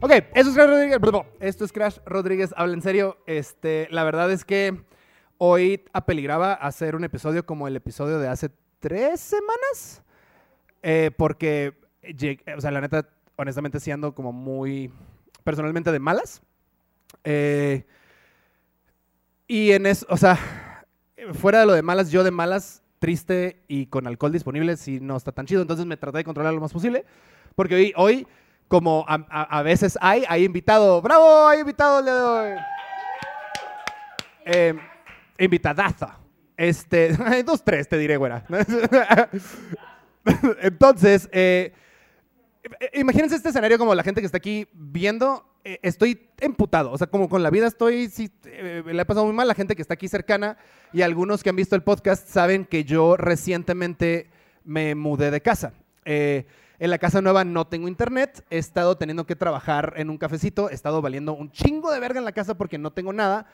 Ok, esto es Crash Rodríguez. blah, blah. Esto es Crash Rodríguez. Habla en serio. Este, la verdad es que hoy apeligraba hacer un episodio como el episodio de hace tres semanas. eh, porque, lleg- o sea, la neta, honestamente, sí ando como muy personalmente de malas. Eh, y en eso, o sea, Eh, fuera de lo de malas, yo de malas, triste y con alcohol disponible, si no está tan chido. Entonces me traté de controlar lo más posible. Porque hoy, hoy como a, a- a veces hay, hay invitado. ¡Bravo! Hay invitado el día de hoy. Eh, invitadaza. Este, dos, tres, te diré, güera. Entonces, eh, eh, imagínense este escenario como la gente que está aquí viendo. eh, Estoy emputado, o sea, como con la vida estoy, sí, eh, la he pasado muy mal. La gente que está aquí cercana y algunos que han visto el podcast saben que yo recientemente me mudé de casa. Eh, en la casa nueva no tengo internet, he estado teniendo que trabajar en un cafecito, he estado valiendo un chingo de verga en la casa porque no tengo nada.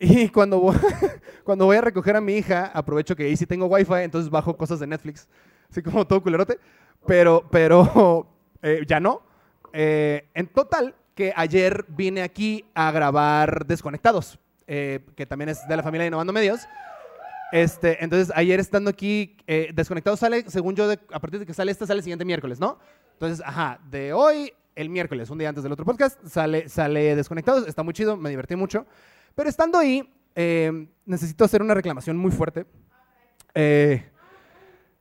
Y cuando voy, cuando voy a recoger a mi hija, aprovecho que ahí sí tengo wifi, entonces bajo cosas de Netflix. Así como todo culerote. Pero, pero eh, ya no. Eh, en total, que ayer vine aquí a grabar Desconectados, eh, que también es de la familia de Innovando Medios. Este, entonces, ayer estando aquí, eh, Desconectados sale, según yo, de- a partir de que sale esta, sale el siguiente miércoles, ¿no? Entonces, ajá, de hoy, el miércoles, un día antes del otro podcast, sale, sale Desconectados. Está muy chido, me divertí mucho. Pero estando ahí, eh, necesito hacer una reclamación muy fuerte. Eh,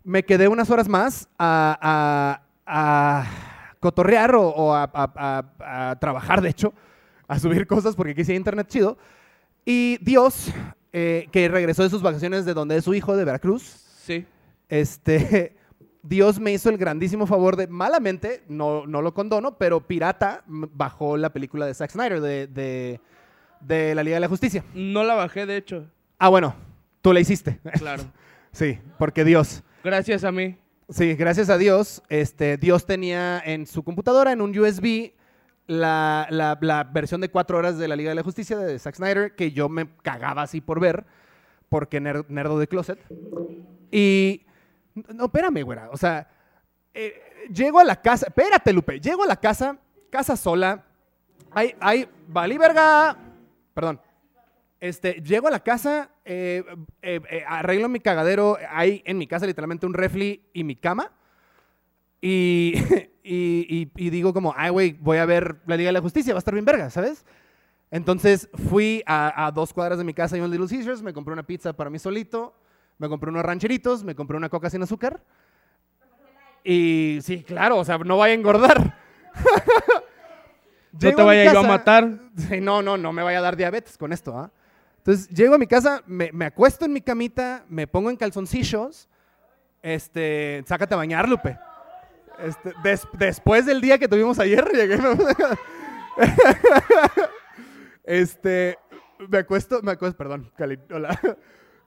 me quedé unas horas más a, a- a cotorrear o, o a, a- a- a trabajar, de hecho, a subir cosas porque aquí sí hay internet chido. Y Dios, eh, que regresó de sus vacaciones de donde es su hijo, de Veracruz, Sí. este, Dios me hizo el grandísimo favor de, malamente, no, no lo condono, pero Pirata m- bajó la película de Zack Snyder de, de- de la Liga de la Justicia. No la bajé, de hecho. Ah, bueno, tú la hiciste. Claro. sí, porque Dios. Gracias a mí. Sí, gracias a Dios, este, Dios tenía en su computadora, en un USB, la, la- la versión de cuatro horas de la Liga de la Justicia de Zack Snyder, que yo me cagaba así por ver, porque ner- nerdo de closet. Y, no, espérame, güera, o sea, eh, llego a la casa, espérate, Lupe, llego a la casa, casa sola, hay, hay, valí verga, perdón, este, llego a la casa, eh, eh, eh, arreglo mi cagadero. Hay en mi casa literalmente un refli y mi cama. Y, y- y- y digo como, ay, güey, voy a ver la Liga de la Justicia, va a estar bien verga, ¿sabes? Entonces fui a, a dos cuadras de mi casa y un Little Caesars, me compré una pizza para mí solito, me compré unos rancheritos, me compré una coca sin azúcar. Y sí, claro, o sea, no vaya a engordar. No Llego te a mi vaya yo a casa- matar. Sí, no, no, no me vaya a dar diabetes con esto, ¿ah? Entonces llego a mi casa, me, me acuesto en mi camita, me pongo en calzoncillos, este, sácate a bañar, Lupe. Este, des- después del día que tuvimos ayer, llegué. este, me acuesto, me acuesto, perdón, Cali, hola.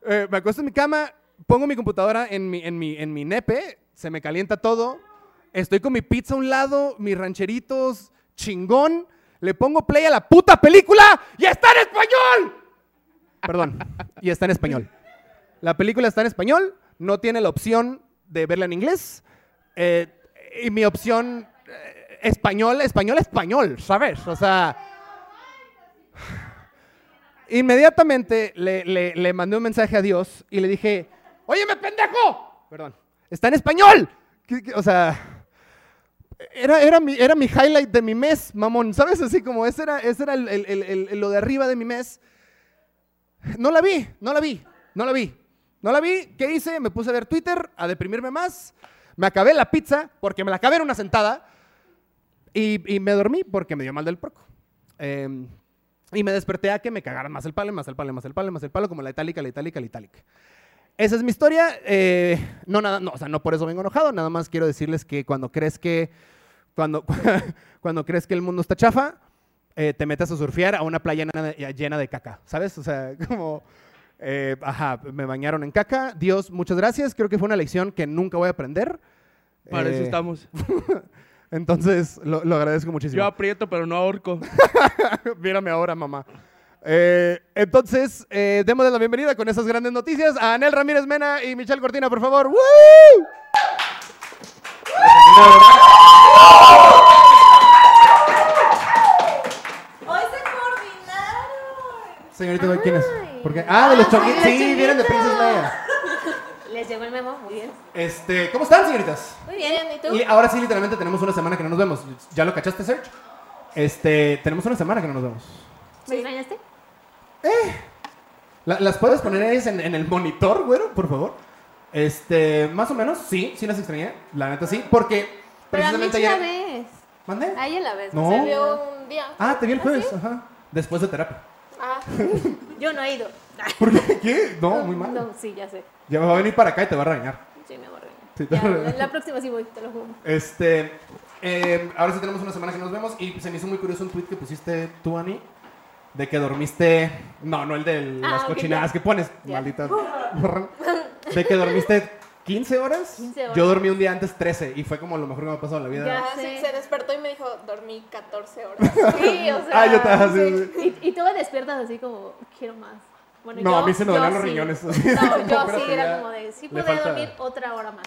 Eh, me acuesto en mi cama, pongo mi computadora en mi, en mi, en mi nepe, se me calienta todo. Estoy con mi pizza a un lado, mis rancheritos, chingón. Le pongo play a la puta película y está en español. Perdón, y está en español. La película está en español, no tiene la opción de verla en inglés. eh, y mi opción eh, español, español, español, ¿sabes? O sea, inmediatamente le, le- le mandé un mensaje a Dios y le dije, óyeme, pendejo. Perdón, está en español. ¿Qué- qué? O sea, era, era, mi, era mi highlight de mi mes, mamón. ¿Sabes? Así como ese era, ese era el- el- el- el- lo de arriba de mi mes. No la vi, no la vi, no la vi. No la vi, ¿qué hice? Me puse a ver Twitter, a deprimirme más. Me acabé la pizza porque me la acabé en una sentada. Y, y me dormí porque me dio mal del porco. Eh, y me desperté a que me cagaran más el palo, más el palo, más el palo, más el palo, como la itálica, la itálica, la itálica. Esa es mi historia. eh, no, nada, no, o sea, no por eso vengo enojado. Nada más quiero decirles que cuando crees que, cuando, cuando crees que el mundo está chafa, eh, te metas a surfear a una playa llena de, llena de caca, ¿sabes? O sea, como, eh, ajá, me bañaron en caca. Dios, muchas gracias. Creo que fue una lección que nunca voy a aprender. Para eso Eh, estamos. Entonces, lo, lo agradezco muchísimo. Yo aprieto, pero no ahorco. Mírame ahora, mamá. Eh, entonces, eh, démosle la bienvenida con esas grandes noticias a Anel Ramírez Mena y Michelle Cortina, por favor. ¡Woo! ahorita digo quién es. Ay. Porque, ah, de los Ah, chonguitos. de los Sí, vienen de chonguitos. Princess Leia. Les llegó el memo, muy bien. Este, ¿cómo están, señoritas? Muy bien, ¿y tú? Y ahora sí, literalmente tenemos una semana que no nos vemos. ¿Ya lo cachaste, Serge? Este, tenemos una semana que no nos vemos. ¿Me extrañaste? La- ¿Las puedes poner ahí en, en el monitor, güero, por favor? Este, más o menos, sí, sí las extrañé. La neta sí, porque Pero a mí precisamente la ayer. ves. ¿Mandé? A ella la ves. No. Se vio un día. Ah, te vi el jueves, ajá. Después de terapia. Ah, Yo no he ido. ¿Por qué? ¿Qué? No, muy mal. No, sí, ya sé. Ya me va a venir para acá y te va a regañar. Sí, me aburrí. Sí, te Ya, aburrí. la- la próxima sí voy, te lo juro. Este, eh, ahora sí tenemos una semana que nos vemos y se me hizo muy curioso un tweet que pusiste tú, Ani, de que dormiste, no, no el de las Ah, ok, cochinadas ya. que pones, Ya. maldita, de que dormiste 15 horas. 15 horas. Yo dormí un día antes 13 y fue como lo mejor que me ha pasado en la vida. Ah, Ya. sí, sé. se despertó y me dijo, dormí 14 horas. Sí, o sea. Ah, yo te así, sí. Y, y tú me despiertas así como, quiero más. Bueno, No, yo- a mí se me dolían yo los riñones. sí. No, Así, como, yo sí, espérate, ya era como de, sí le pude falta- dormir otra hora más.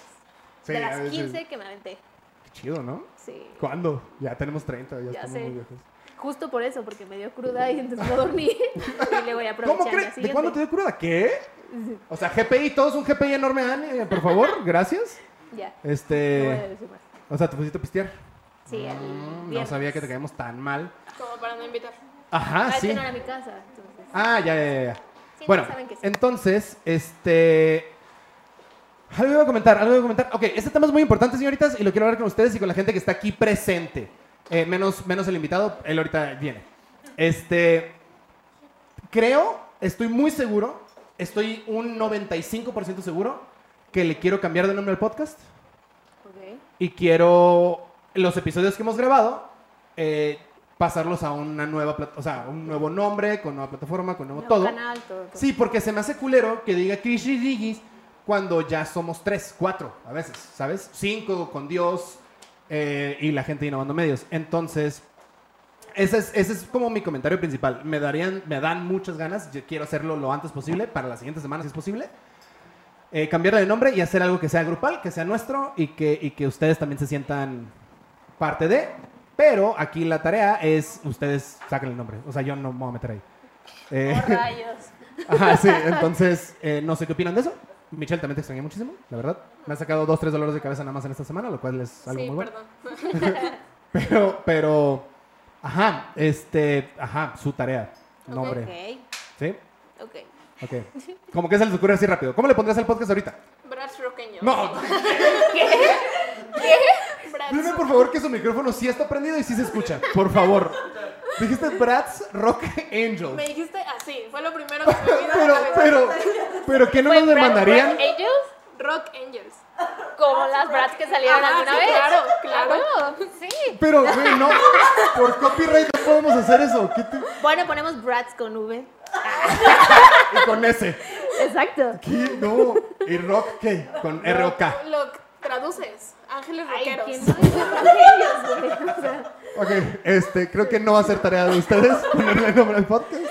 Sí, de a las veces. 15 que me aventé. Qué chido, ¿no? Sí. ¿Cuándo? Ya tenemos 30, ya, Ya estamos sé. muy viejos. Justo por eso, porque me dio cruda y entonces no dormí. y le voy a aprovechar. ¿Cómo crees? ¿De cuándo te dio cruda? ¿Qué? O sea, GPI, todos un GPI enorme, Ani, eh, por favor, gracias. Ya. no voy a Este, decir más. o sea, te pusiste a pistear. Sí, el Mm, no viernes. sabía que te caíamos tan mal. Como para no invitar. Ajá, Ah, es que sí. no era mi casa, entonces. Ah, ya, ya, ya, ya. Sí, bueno, no saben que sí. entonces, este... Algo iba a comentar, algo iba a comentar. Ok, este tema es muy importante, señoritas, y lo quiero hablar con ustedes y con la gente que está aquí presente. Eh, menos, menos el invitado, él ahorita viene. Este... Creo, estoy muy seguro, estoy un 95% seguro que le quiero cambiar de nombre al podcast. Ok. y quiero los episodios que hemos grabado eh, pasarlos a una nueva plat- o sea un nuevo nombre con nueva plataforma con nuevo No, todo canal, todo, todo. sí porque se me hace culero que diga Chris y Rigis cuando ya somos tres cuatro a veces sabes cinco con Dios eh, y la gente innovando medios entonces ese es, ese es como mi comentario principal. Me darían, me dan muchas ganas. Yo quiero hacerlo lo antes posible, para la siguiente semana si es posible. Eh, cambiarle de nombre y hacer algo que sea grupal, que sea nuestro y que, y que ustedes también se sientan parte de. Pero aquí la tarea es ustedes saquen el nombre. O sea, yo no me voy a meter ahí. Eh, Oh, rayos. ajá, sí. Entonces, eh, no sé qué opinan de eso. Michelle, también te extrañé muchísimo, la verdad. Me ha sacado dos, tres dolores de cabeza nada más en esta semana, lo cual es algo sí, muy bueno. perdón. Pero, pero, ajá, este, ajá, su tarea, nombre, ¿sí? Ok, ok. Ok. Como que se les ocurre así rápido. ¿Cómo le pondrías al podcast ahorita? Bras roqueño. No, Bras dime por favor que su micrófono sí está prendido y sí se escucha, por favor. Dijiste Bratz Rock Me Angels. dijiste así. Fue lo primero que se me vino a Pero, la cabeza. pero, pero, ¿qué no nos demandarían? ¿Ellos? Rock Angels. Como las brats que salieron Ajá, alguna sí, vez. claro, claro. Ah, bueno, sí. Pero, güey, no, por copyright no podemos hacer eso. ¿Qué te- Bueno, ponemos brats con V. Y con S. Exacto. ¿Qué? No. ¿Y rock qué? Con R-O-K. Lo traduces. Ángeles Ay, roqueros. ¿quién no dice ellos, güey? O sea, Ok, este, creo que no va a ser tarea de ustedes ponerle nombre al podcast.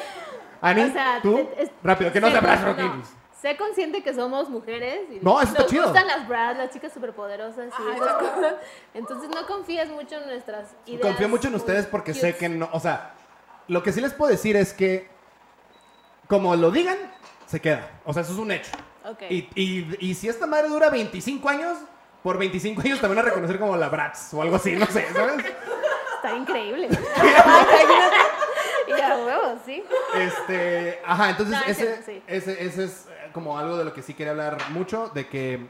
Ani, O sea, tú, es- es- rápido, que no sí, te abras, no, Rocky. no. Sé consciente que somos mujeres. Y No, eso está nos chido. gustan las brats, las chicas superpoderosas y esas cosas. Entonces no confíes mucho en nuestras ideas. Confío mucho en muy ustedes porque sé cutes. que no, o sea, lo que sí les puedo decir es que como lo digan, se queda. O sea, eso es un hecho. Ok. Y, y- y si esta madre dura 25 años, por 25 años te van a reconocer como la Bratz o algo así, no sé, ¿sabes? Está increíble. Imagínate. y a huevo, sí. Este, ajá, entonces No, es ese, cierto, sí. ese, ese es eh, como algo de lo que sí quería hablar mucho, de que,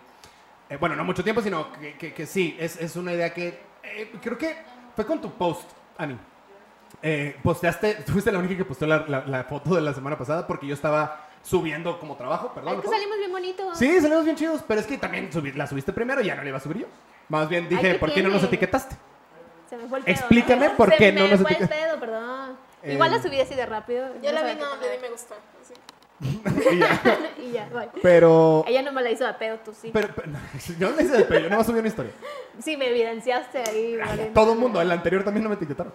eh, bueno, no mucho tiempo, sino que, que- que sí, es, es una idea que eh, creo que fue con tu post, Ani. Eh, posteaste, fuiste la única que posteó la, la- la foto de la semana pasada porque yo estaba subiendo como trabajo, perdón. Es que ¿no? salimos bien bonitos. Sí, salimos bien chidos, pero es que también subí- la subiste primero y ya no la iba a subir yo. Más bien dije, ¿qué ¿por qué no nos tiene? etiquetaste? Se me fue el pedo. Explícame por Se qué no me nos fue el etiquetas. pedo, perdón. Eh, Igual la subí así de rápido. no Yo la vi, sabía no, qué le di me gusta. así. Y ya. poner. Y ya, bye. Pero, Ella no me la hizo de pedo, tú sí. pero, pero- yo no me hice del pelo, yo nomás subí una historia. sí, me evidenciaste ahí. valiendo. Todo el mundo, el anterior también no me etiquetaron.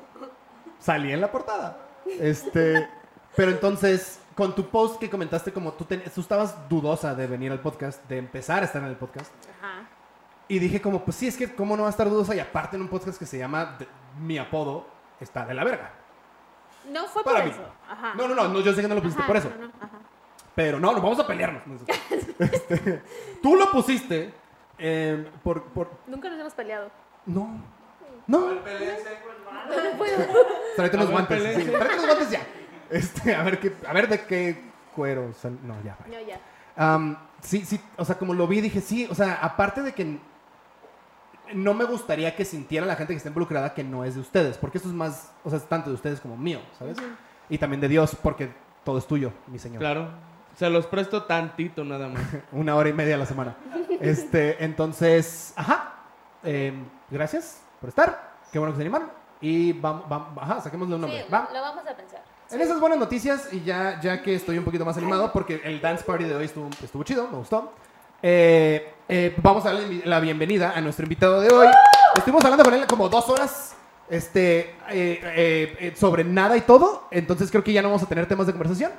Salí en la portada. Este, pero entonces, con tu post que comentaste, como tú, ten- tú estabas dudosa de venir al podcast, de empezar a estar en el podcast, Ajá. y dije como, pues sí, es que cómo no va a estar dudosa, y aparte en un podcast que se llama de- Mi Apodo, está de la verga. No fue Para por mí. eso. Ajá. No, no, no, no, yo sé que no lo pusiste Ah. Ajá, por eso. no, no, ajá. Pero no, no vamos a pelearnos. Este, tú lo pusiste eh, por, por. Nunca nos hemos peleado. No. No. Tráete los A ver, guantes. pelea. sí, tráete los guantes ya. Este, a ver qué, a ver de qué cuero sal- No, ya. No, ya. Am, sí, sí, o sea, como lo vi, dije, sí, o sea, aparte de que n- no me gustaría que sintiera la gente que está involucrada que no es de ustedes, porque eso es más, o sea, es tanto de ustedes como mío, ¿sabes? Y también de Dios, porque todo es tuyo, mi Señor. Claro. Se los presto tantito nada más. Una hora y media a la semana. Este, entonces, ajá, Em, gracias por estar, qué bueno que se animaron, y vamos, ajá, saquémosle un nombre, Sí, va. lo vamos a pensar. En esas buenas noticias, y ya, ya que estoy un poquito más animado, porque el dance party de hoy estuvo, estuvo chido, me gustó, eh, eh, vamos a darle la bienvenida a nuestro invitado de hoy. Estuvimos hablando con él como dos horas este, eh, eh, eh, sobre nada y todo, entonces creo que ya no vamos a tener temas de conversación,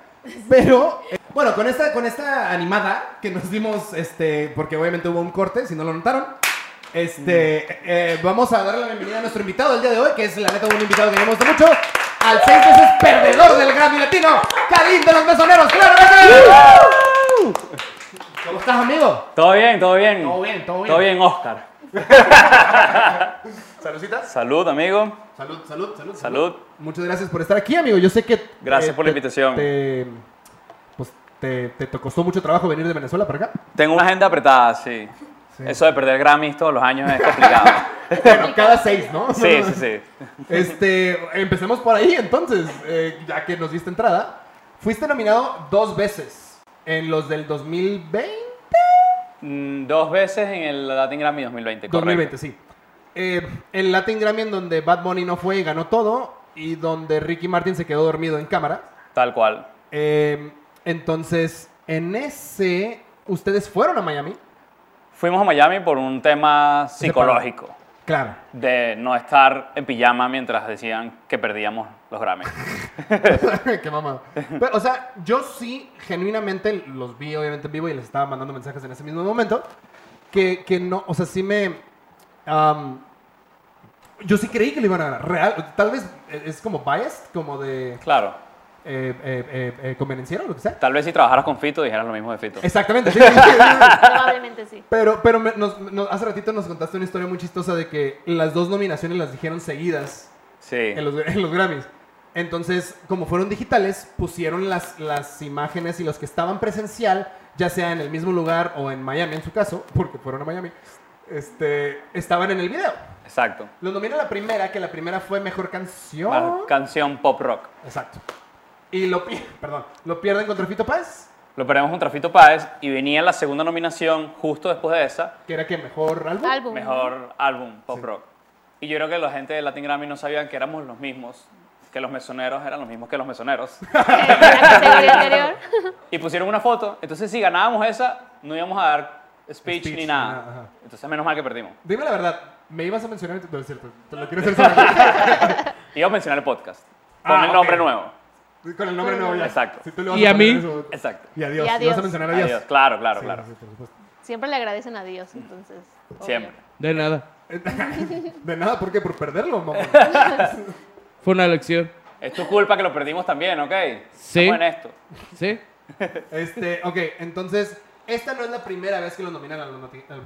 pero... eh, bueno, con esta, con esta animada que nos dimos, este, porque obviamente hubo un corte, si no lo notaron, este, eh, vamos a darle la bienvenida a nuestro invitado del día de hoy, que es la neta un invitado que me gusta mucho, al seis veces perdedor del Grammy Latino, Karim de los Mesoneros, claro que sí. ¿Cómo estás, amigo? Todo bien, todo bien. Todo bien, todo bien. Todo bien, Oscar. Saluditas. Salud, amigo. Salud, salud, salud. Salud. Muchas gracias por estar aquí, amigo. Yo sé que. eh, Gracias por la te- invitación. Te, pues te, te- te costó mucho trabajo venir de Venezuela para acá. Tengo una agenda apretada, sí. Sí. Eso de perder Grammys todos los años es complicado. Bueno, cada seis, ¿no? sí, sí, sí. Este, empecemos por ahí entonces, eh, ya que nos diste entrada. Fuiste nominado dos veces en los del 2020. Mm, Dos veces en el Latin Grammy 2020, correcto. 2020, sí. Eh, el Latin Grammy en donde Bad Bunny no fue y ganó todo y donde Ricky Martin se quedó dormido en cámara. Tal cual. Eh, entonces, en ese, ustedes fueron a Miami. Fuimos a Miami por un tema psicológico. Claro. De no estar en pijama mientras decían que perdíamos los Grammys. Qué mamada. Pero, o sea, yo sí, genuinamente, los vi obviamente en vivo y les estaba mandando mensajes en ese mismo momento. Que, que no, o sea, sí me. am, yo sí creí que lo iban a ganar. Real, tal vez eh, es como biased, como de. eh, Claro. eh, eh, eh, convenenciero, lo que sea. Tal vez si trabajaras con Fito dijeras lo mismo de Fito. Exactamente, sí. Probablemente sí. Pero, pero me- nos- nos- hace ratito nos contaste una historia muy chistosa de que las dos nominaciones las dijeron seguidas. Sí. en los, en los Grammys. Entonces, como fueron digitales, pusieron las, las imágenes y los que estaban presencial, ya sea en el mismo lugar o en Miami en su caso, porque fueron a Miami, este, estaban en el video. Exacto. Los nominó la primera, que la primera fue Mejor Canción. La canción pop rock. Exacto. Y lo, pi- perdón, lo pierden contra Fito Páez, Lo perdemos contra Fito Páez y venía la segunda nominación justo después de esa, que era que Mejor Álbum. Álbum. mejor álbum pop rock. Y yo creo que la gente de Latin Grammy no sabían que éramos los mismos, que los mesoneros eran los mismos que los mesoneros. Eh, La categoría anterior. y pusieron una foto, entonces si ganábamos esa, no íbamos a dar speech, Speech, ni ni nada, ajá. nada. Entonces menos mal que perdimos. Dime la verdad, me ibas a mencionar, no es cierto, te lo quiero hacer saber. Iba a mencionar el podcast. Ah, Con el nombre ok. nuevo. con el nombre nuevo ya. Exacto. Sí, tú le vas ¿Y a poner mí? eso. Exacto. Y Y adiós. le vas a adiós. mencionar adiós. Adiós. Claro, claro, Sí, claro. sí, por supuesto. Siempre le agradecen a Dios, entonces. obvio. Siempre. De nada. De nada, ¿por qué? Por perderlo, mamón. Fue una lección. Es tu culpa que lo perdimos también, ¿ok? Sí. Estamos en esto. ¿Sí? Este, ok, entonces, esta no es la primera vez que los nominan a los noti- al-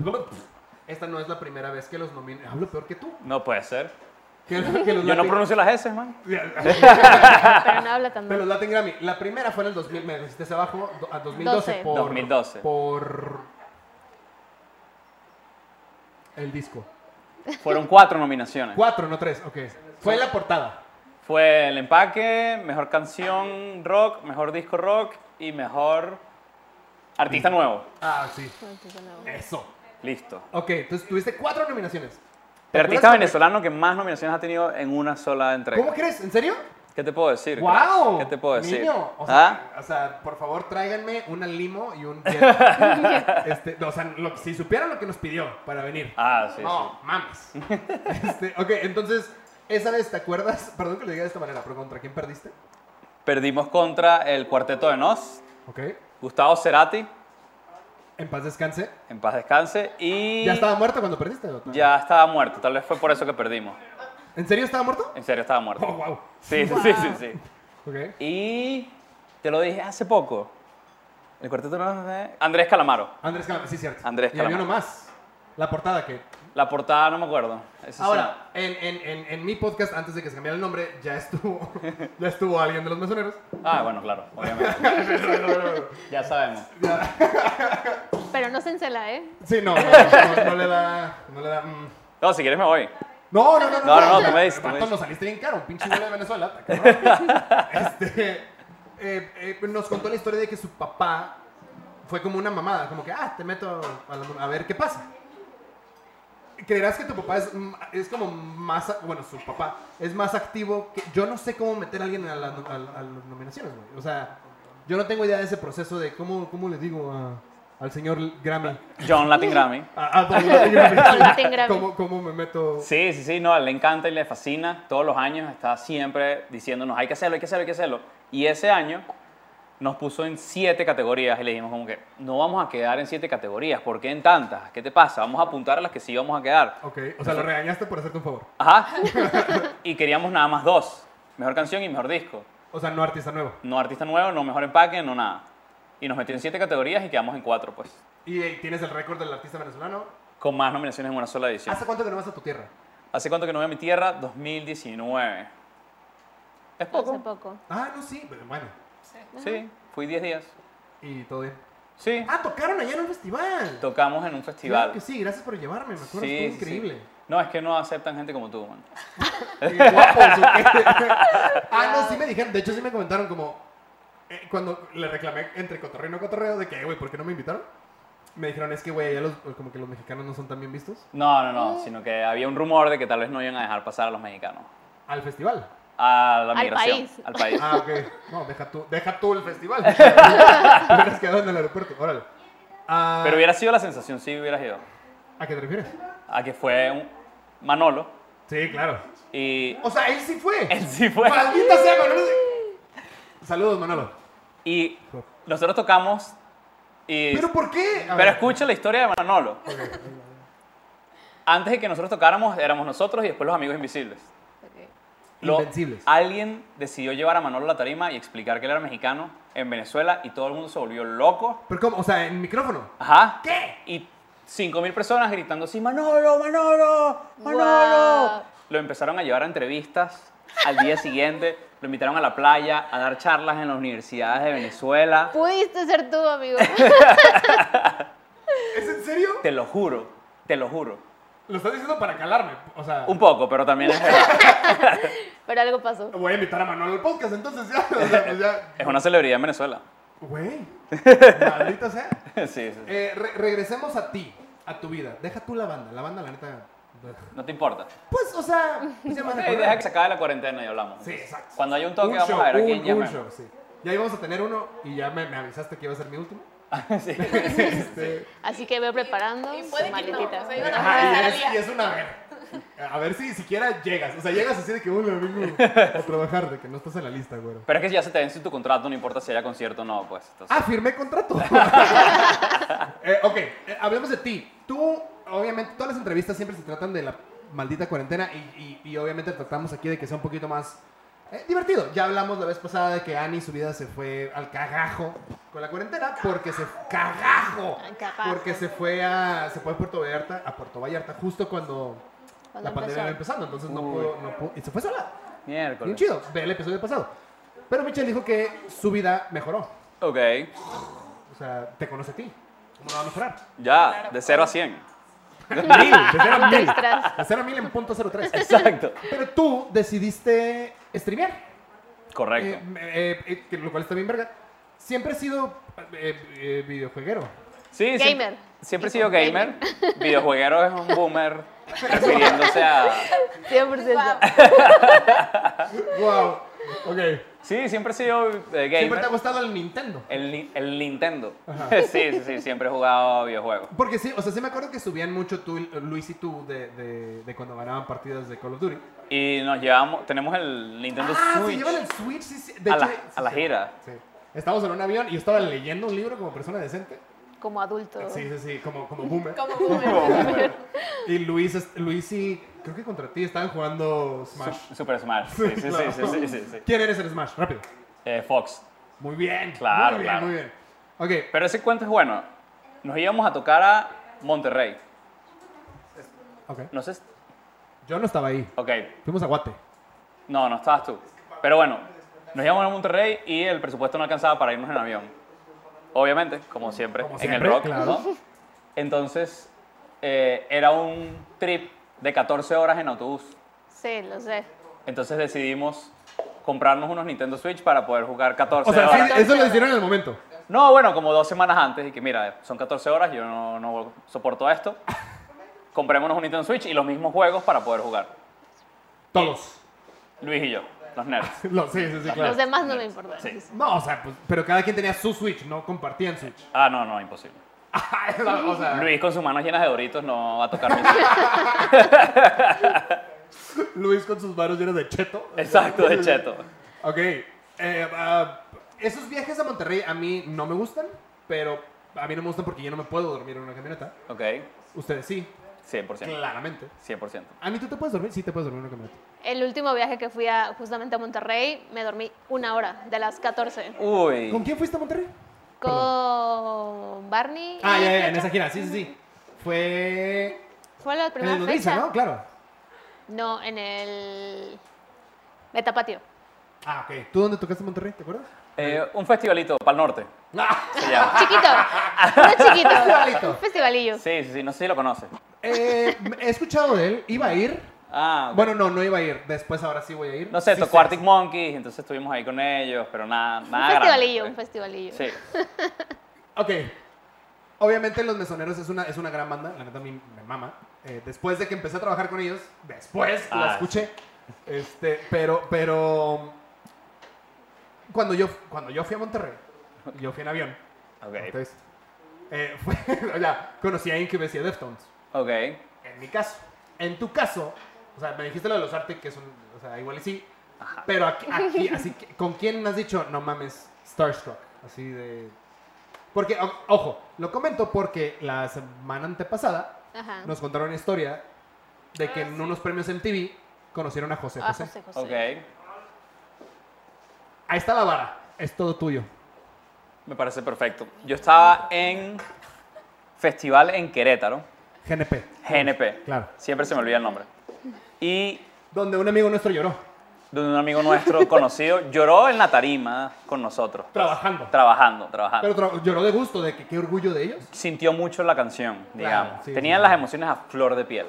Esta no es la primera vez que los nominan. Hablo peor que tú. No puede ser. Que, que los Yo no Latin- pronuncio las S, man. Pero no habla tan De los mal. Latin Grammy. La primera fue en el 2000, me dijiste hacia abajo, do- a 2012. Doce. Por, 2012. Por. El disco. Fueron cuatro nominaciones. Cuatro, no tres, ok. Fue la portada. Fue el empaque, mejor canción rock, mejor disco rock y mejor artista nuevo. Ah, sí. Entonces, no. Eso. Listo. Ok, entonces tuviste cuatro nominaciones. El artista acuerdas? venezolano que más nominaciones ha tenido en una sola entrega. ¿Cómo crees? ¿En serio? ¿Qué te puedo decir? ¡Wow! ¿Qué te puedo decir? Niño, o sea, ¿Ah? o sea, por favor, tráiganme una limo y un jet. Este, no, o sea, lo- si supieran lo que nos pidió para venir. Ah, sí, no, mames. Este, ok, entonces, esa vez, ¿te acuerdas? Perdón que lo diga de esta manera, pero ¿contra quién perdiste? sí. Perdimos contra el cuarteto de Nos, Ok. Gustavo Cerati, En paz descanse. en paz descanse, y ¿Ya estaba muerto cuando perdiste? doctor? ya estaba muerto. Tal vez fue por eso que perdimos. ¿En serio estaba muerto? En serio, estaba muerto. Oh, wow. Sí, sí, sí, sí, sí. Ok. Y te lo dije hace poco. El cuarteto no Andrés Calamaro. Andrés Calamaro, sí, cierto. Andrés y había Calamaro. uno más. La portada que. La portada no me acuerdo. Eso sí. Ahora, en, en- en- en mi podcast, antes de que se cambiara el nombre, ya estuvo, ya estuvo alguien de los mesoneros. Ah, bueno, claro, obviamente. ya sabemos. Pero no se encela, ¿eh? Sí, no, no, no, no le da. No le da. mm. No, si quieres me voy. No, no, no, no. No, no, no, tú me dices, tú me Vato, dices. nos saliste bien caro, un pinche vuelo de Venezuela. te cabrón. este, eh, eh, nos contó la historia de que su papá fue como una mamada, como que, ah, te meto a, la- a ver qué pasa. ¿Creerás que tu papá es, m- es como más, a- bueno, su papá es más activo? Que, yo no sé cómo meter a alguien a, la- a- a las nominaciones, güey. O sea, yo no tengo idea de ese proceso de cómo, cómo le digo a- al señor Grammy. John Latin Grammy. A, a Don Latin Grammy, sí. Latin Grammy. ¿Cómo, ¿Cómo me meto? Sí, sí, sí, no, le encanta y le fascina. Todos los años está siempre diciéndonos, hay que hacerlo, hay que hacerlo, hay que hacerlo. Y ese año nos puso en siete categorías y le dijimos como que no vamos a quedar en siete categorías, ¿por qué en tantas? ¿Qué te pasa? Vamos a apuntar a las que sí vamos a quedar. Ok, o sea, lo regañaste por hacerte un favor. Ajá. y queríamos nada más dos, mejor canción y mejor disco. O sea, no artista nuevo. No artista nuevo, no mejor empaque, no nada. Y nos metió en siete categorías y quedamos en cuatro, pues. Y eh, tienes el récord del artista venezolano. Con más nominaciones en una sola edición. ¿Hace cuánto que no vas a tu tierra? ¿Hace cuánto que no voy a mi tierra? 2019. ¿Es Hace poco? poco. Ah, no, sí, pero bueno. Sí, fui 10 días. Y todo bien. Sí. Ah, tocaron allá en un festival. Tocamos en un Claro festival. que sí, gracias por llevarme, me acuerdo, Sí, estuvo sí, increíble. sí. No, es que no aceptan gente como tú, man. Y guapos, ¿ok? ah, no, sí me dijeron, de hecho sí me comentaron como, eh, cuando le reclamé entre cotorreo y no cotorreo de que, "Eh, güey, ¿por qué no me invitaron? Me dijeron, es que, güey, allá los, como que los mexicanos no son tan bien vistos No, no, Mm. no, sino que había un rumor de que tal vez no iban a dejar pasar a los mexicanos. al festival. A la Al migración. país. Al país. Ah, ok. No, deja tú, deja tú el festival. Te hubieras quedado en el aeropuerto, órale. Ah, Pero hubiera sido la sensación si hubieras ido. ¿A qué te refieres? A que fue un Manolo Sí, claro. y O sea, él sí fue. él sí fue. Maldita sea, Manolo. Saludos, Manolo. Y nosotros tocamos y... ¿Pero por qué? A Pero ver. escucha la historia de Manolo. Antes de que nosotros tocáramos, éramos nosotros y después los amigos invisibles. Lo- Invencibles. Alguien decidió llevar a Manolo a la tarima y explicar que él era mexicano en Venezuela y todo el mundo se volvió loco. ¿Pero cómo? O sea, en micrófono. Ajá. ¿Qué? Y 5.000 personas gritando así, Manolo, Manolo, Manolo. Guau. Lo empezaron a llevar a entrevistas al día siguiente. Lo invitaron a la playa, a dar charlas en las universidades de Venezuela. Pudiste ser tú, amigo. ¿Es en serio? Te lo juro, te lo juro. Lo estás diciendo para calarme. O sea, Un poco, pero también es verdad. Pero algo pasó. voy a invitar a Manolo al podcast, entonces ya. O sea, pues ya. Es una celebridad en Venezuela. Güey. Maldita sea. Sí, sí, sí. Eh, re- regresemos a ti, a tu vida. Deja tú la banda. La banda, la neta. No te importa. Pues, o sea, se llama Ey, deja que se acabe la cuarentena y hablamos. Sí, exacto. Cuando haya un toque, Un vamos show, a ver a un- quién un llamemos. show, sí. Ya íbamos a tener uno y ya me, me avisaste que iba a ser mi último. Sí. Este, Así que veo preparando Y su puede que no. O maletita. sea, iban a ajá, y, empezar es, y es una ver. A ver si siquiera llegas. O sea, llegas así de que uno vengo a trabajar, de que no estás en la lista, güero. Pero es que si ya se te vence tu contrato, no importa si haya concierto o no, pues. entonces- Ah, firmé contrato. Eh, ok, eh, hablemos de ti. Tú, obviamente, todas las entrevistas siempre se tratan de la maldita cuarentena y, y- y obviamente tratamos aquí de que sea un poquito más eh, divertido. Ya hablamos la vez pasada de que Annie su vida se fue al cagajo con la cuarentena porque se cagajo. Al cagajo. Porque se fue a se fue a Puerto Vallarta, a Puerto Vallarta justo cuando, Cuando la empezó. pandemia iba empezando, entonces no Uy. pudo, no pudo- y se fue sola. Bien Ah, Miércoles. chido, ve el episodio pasado. Pero Michelle dijo que su vida mejoró. Ok, O sea, te conoce a ti. ¿Cómo lo va a mejorar? ya, de 0 a 100. Mil, de cero a mil. Tras. De cero a mil en punto cero tres. Exacto. Pero tú decidiste streamear, Correcto. eh, eh, eh, que- lo cual está bien verga. Siempre he sido eh, eh, videojueguero. Sí, sí. Gamer. Siempre he sido gamer. Videojueguero es un boomer refiriéndose a... 100%. Wow. Ok. Sí, siempre he sido eh, Siempre te ha gamer. gustado el Nintendo. El, ni- el Nintendo. Sí, sí, sí, siempre he jugado videojuegos. Porque sí, o sea, sí me acuerdo que subían mucho tú, y- Luis y tú de, de- de cuando ganaban partidas de Call of Duty. Y nos llevamos, tenemos el Nintendo ah, se Switch llevan el Switch, sí, sí. De a, hecho, la, sí, a la sí. gira. Sí. Estábamos en un avión y yo estaba leyendo un libro como persona decente. Como adulto. Oh. Sí, sí, sí, como, como boomer. Como boomer. Y Luis, es- Luis y Creo que contra ti estaban jugando Smash. Su- Super Smash. Sí, sí, sí, claro. sí, sí, sí, sí. ¿Quién eres en Smash? Rápido. Eh, Fox. Muy bien. Claro, muy bien, claro. Muy bien. Ok. Pero ese cuento es bueno. Nos íbamos a tocar a Monterrey. ok. No sé. si- Yo no estaba ahí. Ok. Fuimos a Guate. No, no estabas tú. Pero bueno, nos íbamos a Monterrey y el presupuesto no alcanzaba para irnos en avión. Obviamente, como siempre, Como en siempre, el rock. claro. ¿no? Entonces, eh, era un trip de 14 horas en autobús. Sí, lo sé. Entonces decidimos comprarnos unos Nintendo Switch para poder jugar 14 O sea, horas. sí, eso lo hicieron en el momento. No, bueno, como dos semanas antes y que mira, son 14 horas, yo no, no soporto esto. Comprémonos un Nintendo Switch y los mismos juegos para poder jugar. Todos. Luis y yo, los nerds. Lo- sí, sí, sí, claro. Los demás no me importan. Sí. No, o sea, pues, pero cada quien tenía su Switch, no compartían Switch. Ah, no, no, imposible. o sea, Luis con sus manos llenas de doritos no va a tocar mi Luis con sus varos llenos de cheto. Exacto, de cheto. Ok. eh, ah, esos viajes a Monterrey a mí no me gustan, pero a mí no me gustan porque yo no me puedo dormir en una camioneta. Ok, Ustedes sí, 100%. claramente. 100%. ¿A mí tú te puedes dormir? Sí, te puedes dormir en una camioneta. El último viaje que fui a, justamente a Monterrey, me dormí una hora de las 14. ¿Con Uy, quién fuiste a Monterrey? Perdón. Con Barney. Ah, y ya, ya, en Piocho. esa gira, sí, sí, sí. Fue. Fue la En primera el Nodriza, fecha. ¿no? Claro. No, en el Metapatio. Ah, ok. ¿Tú dónde tocaste en Monterrey? ¿Te acuerdas? eh, un festivalito para el norte. ¡Ah! Se llama. Chiquito, no chiquito. Festivalito. Un festivalillo. Sí, sí, sí, no sé si lo conoces. Eh, he escuchado de él, iba a ir. Ah, ok. Bueno, no, no iba a ir. Después ahora sí voy a ir. no sé, Sí tocó sé. Arctic Monkeys, entonces estuvimos ahí con ellos, pero nada, Un nada. grande, festivalillo, pues. un festivalillo. Sí, Ok. Obviamente Los Mesoneros es una, es una gran banda, la neta a mí me mama. Eh, después de que empecé a trabajar con ellos, después la Ah, escuché. Este, pero, pero cuando yo, cuando yo fui a Monterrey, yo fui en avión. ok. Entonces, eh, fue- ya, conocí a Incubus y a Deftones. Ok, En mi caso. En tu caso, o sea, me dijiste lo de los Arctic, que son, o sea, igual y sí. Pero aquí, aquí, así que, ¿con quién has dicho, no mames, Starstruck? Así de... Porque, o- ojo, lo comento porque la semana antepasada Ajá. nos contaron una historia de que en unos premios MTV conocieron a José Ah, José. José, José. ok. Ahí está la vara, es todo tuyo. Me parece perfecto. Yo estaba en festival en Querétaro, GNP. GNP. Claro. Siempre se me olvida el nombre. Y Donde un amigo nuestro lloró, de un amigo nuestro conocido lloró en la tarima con nosotros. trabajando. Trabajando, trabajando. Pero tra- lloró de gusto, de que qué orgullo de ellos. sintió mucho la canción, digamos. sí, Tenían sí. las emociones a flor de piel.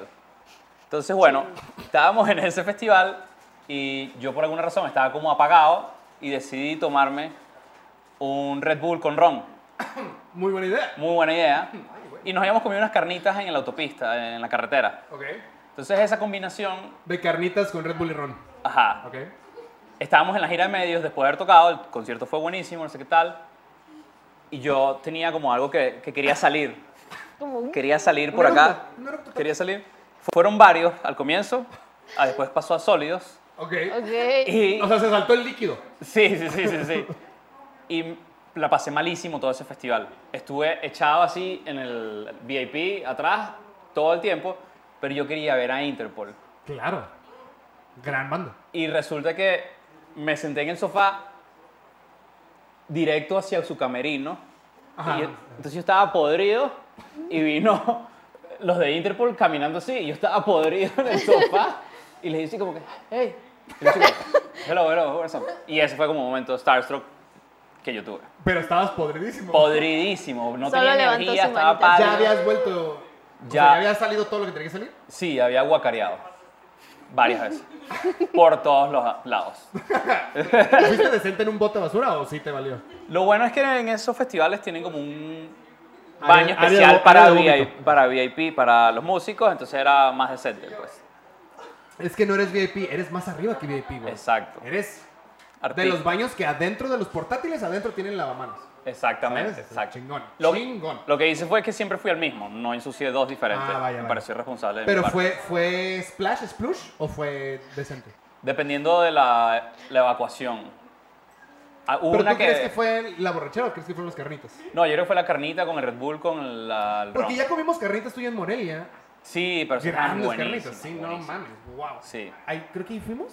Entonces, bueno, estábamos en ese festival y yo por alguna razón estaba como apagado y decidí tomarme un Red Bull con ron. Muy buena idea. Muy buena idea. Y nos habíamos comido unas carnitas en la autopista, en la carretera. Ok. Entonces, esa combinación, De carnitas con Red Bull y Ron. ajá, Ok. estábamos en la gira de medios después de haber tocado, el concierto fue buenísimo, no sé qué tal. Y yo tenía como algo que, que quería salir. Quería salir por Una acá. ruta, una ruta. Quería salir. Fueron varios al comienzo, ah, después pasó a sólidos. Ok. Ok. Y, O sea, se saltó el líquido. sí, sí, sí, sí, sí. Y la pasé malísimo todo ese festival. Estuve echado así en el VIP atrás todo el tiempo, pero yo quería ver a Interpol. Claro. Gran banda. Y resulta que me senté en el sofá directo hacia su camerino. Ajá. Y yo- entonces yo estaba podrido y vino los de Interpol caminando así. Y yo estaba podrido en el sofá y les dije como que, hey. Y, yo así como, hello, hello, what's up?" y ese fue como un momento starstruck que yo tuve. Pero estabas podridísimo. Podridísimo, no Solo tenía levantó energía, su estaba manita. pálido. ya habías vuelto. Ya. O sea, Ya. ya había salido todo lo que tenía que salir. Sí, había guacareado varias veces, por todos los lados. ¿Fuiste decente en un bote de basura o sí te valió? Lo bueno es que en esos festivales tienen como un Área- área baño de especial vo- para, área de VIP, vómito. para VIP, para los músicos, entonces era más decente, pues. Es que no eres VIP, eres más arriba que VIP, güey. Exacto. Eres de Arti- los baños que adentro de los portátiles, adentro tienen lavamanos. Exactamente, ¿Sabes? exacto. Chingón, Lo, chingón. lo que hice fue que siempre fui al mismo, no ensucié dos diferentes. Ah, vaya, vaya. Me pareció irresponsable. de mi Pero parte. fue, fue splash, splush o fue decente. Dependiendo de la, la evacuación. Ah, hubo ¿Pero una tú crees que fue la borrachera o crees que fueron los carnitas? No, yo creo que fue la carnita con el Red Bull, con la, el Porque ron. ya comimos carnitas tú y yo en Morelia. Sí, pero sí, estaban Grandes buenísimas, carnitas, "Ah, sí, no buenísimas. mames, wow. Sí. Ahí, creo que ahí fuimos.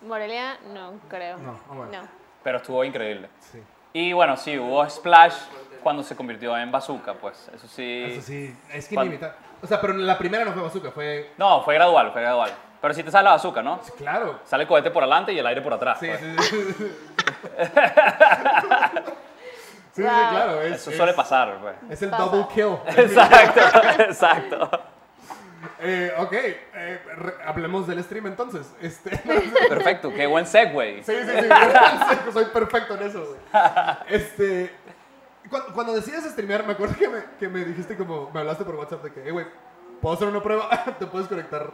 Morelia, no creo. No, ah, bueno. No. Pero estuvo increíble. Sí. Y bueno, sí, hubo Splash cuando se convirtió en Bazooka, pues. Eso sí. Eso sí, es que ni Cuando- mitad. O sea, pero la primera no fue bazooka, fue. No, fue gradual, fue gradual. Pero sí te sale la Bazooka, ¿no? Claro. Sale el cohete por adelante y el aire por atrás. Sí, pues. sí, sí. sí, sí, sí, Wow. claro. Es, Eso es- suele pasar, pues. Es el Pasa. double kill. Exacto, exacto. Eh, ok, eh, re- hablemos del stream entonces. Este, Perfecto, qué buen segue. Sí, sí, sí. pues, Soy perfecto en eso, güey. Este. Cuando, cuando decides streamear, me acuerdo que me, que me dijiste como. Me hablaste por WhatsApp de que, hey, güey, ¿puedo hacer una prueba? Te puedes conectar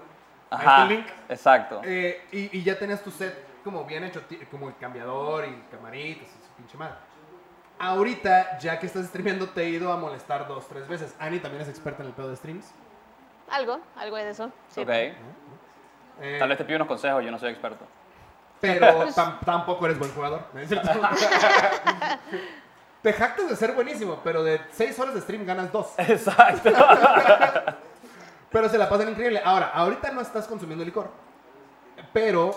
a Ajá, este link. exacto. Eh, y, y ya tenías tu set como bien hecho, ti- como el cambiador y camaritas y su pinche madre. Ahorita, ya que estás streameando, te he ido a molestar dos, tres veces. Ani también es experta en el pedo de streams. Algo, algo de eso. Sí. Ok. Eh, Tal vez te pido unos consejos, yo no soy experto. Pero tam- tampoco eres buen jugador. ¿no es cierto? Te jactas de ser buenísimo, pero de 6 horas de stream ganas 2. Exacto. Pero se la pasan increíble. Ahora, ahorita no estás consumiendo licor, pero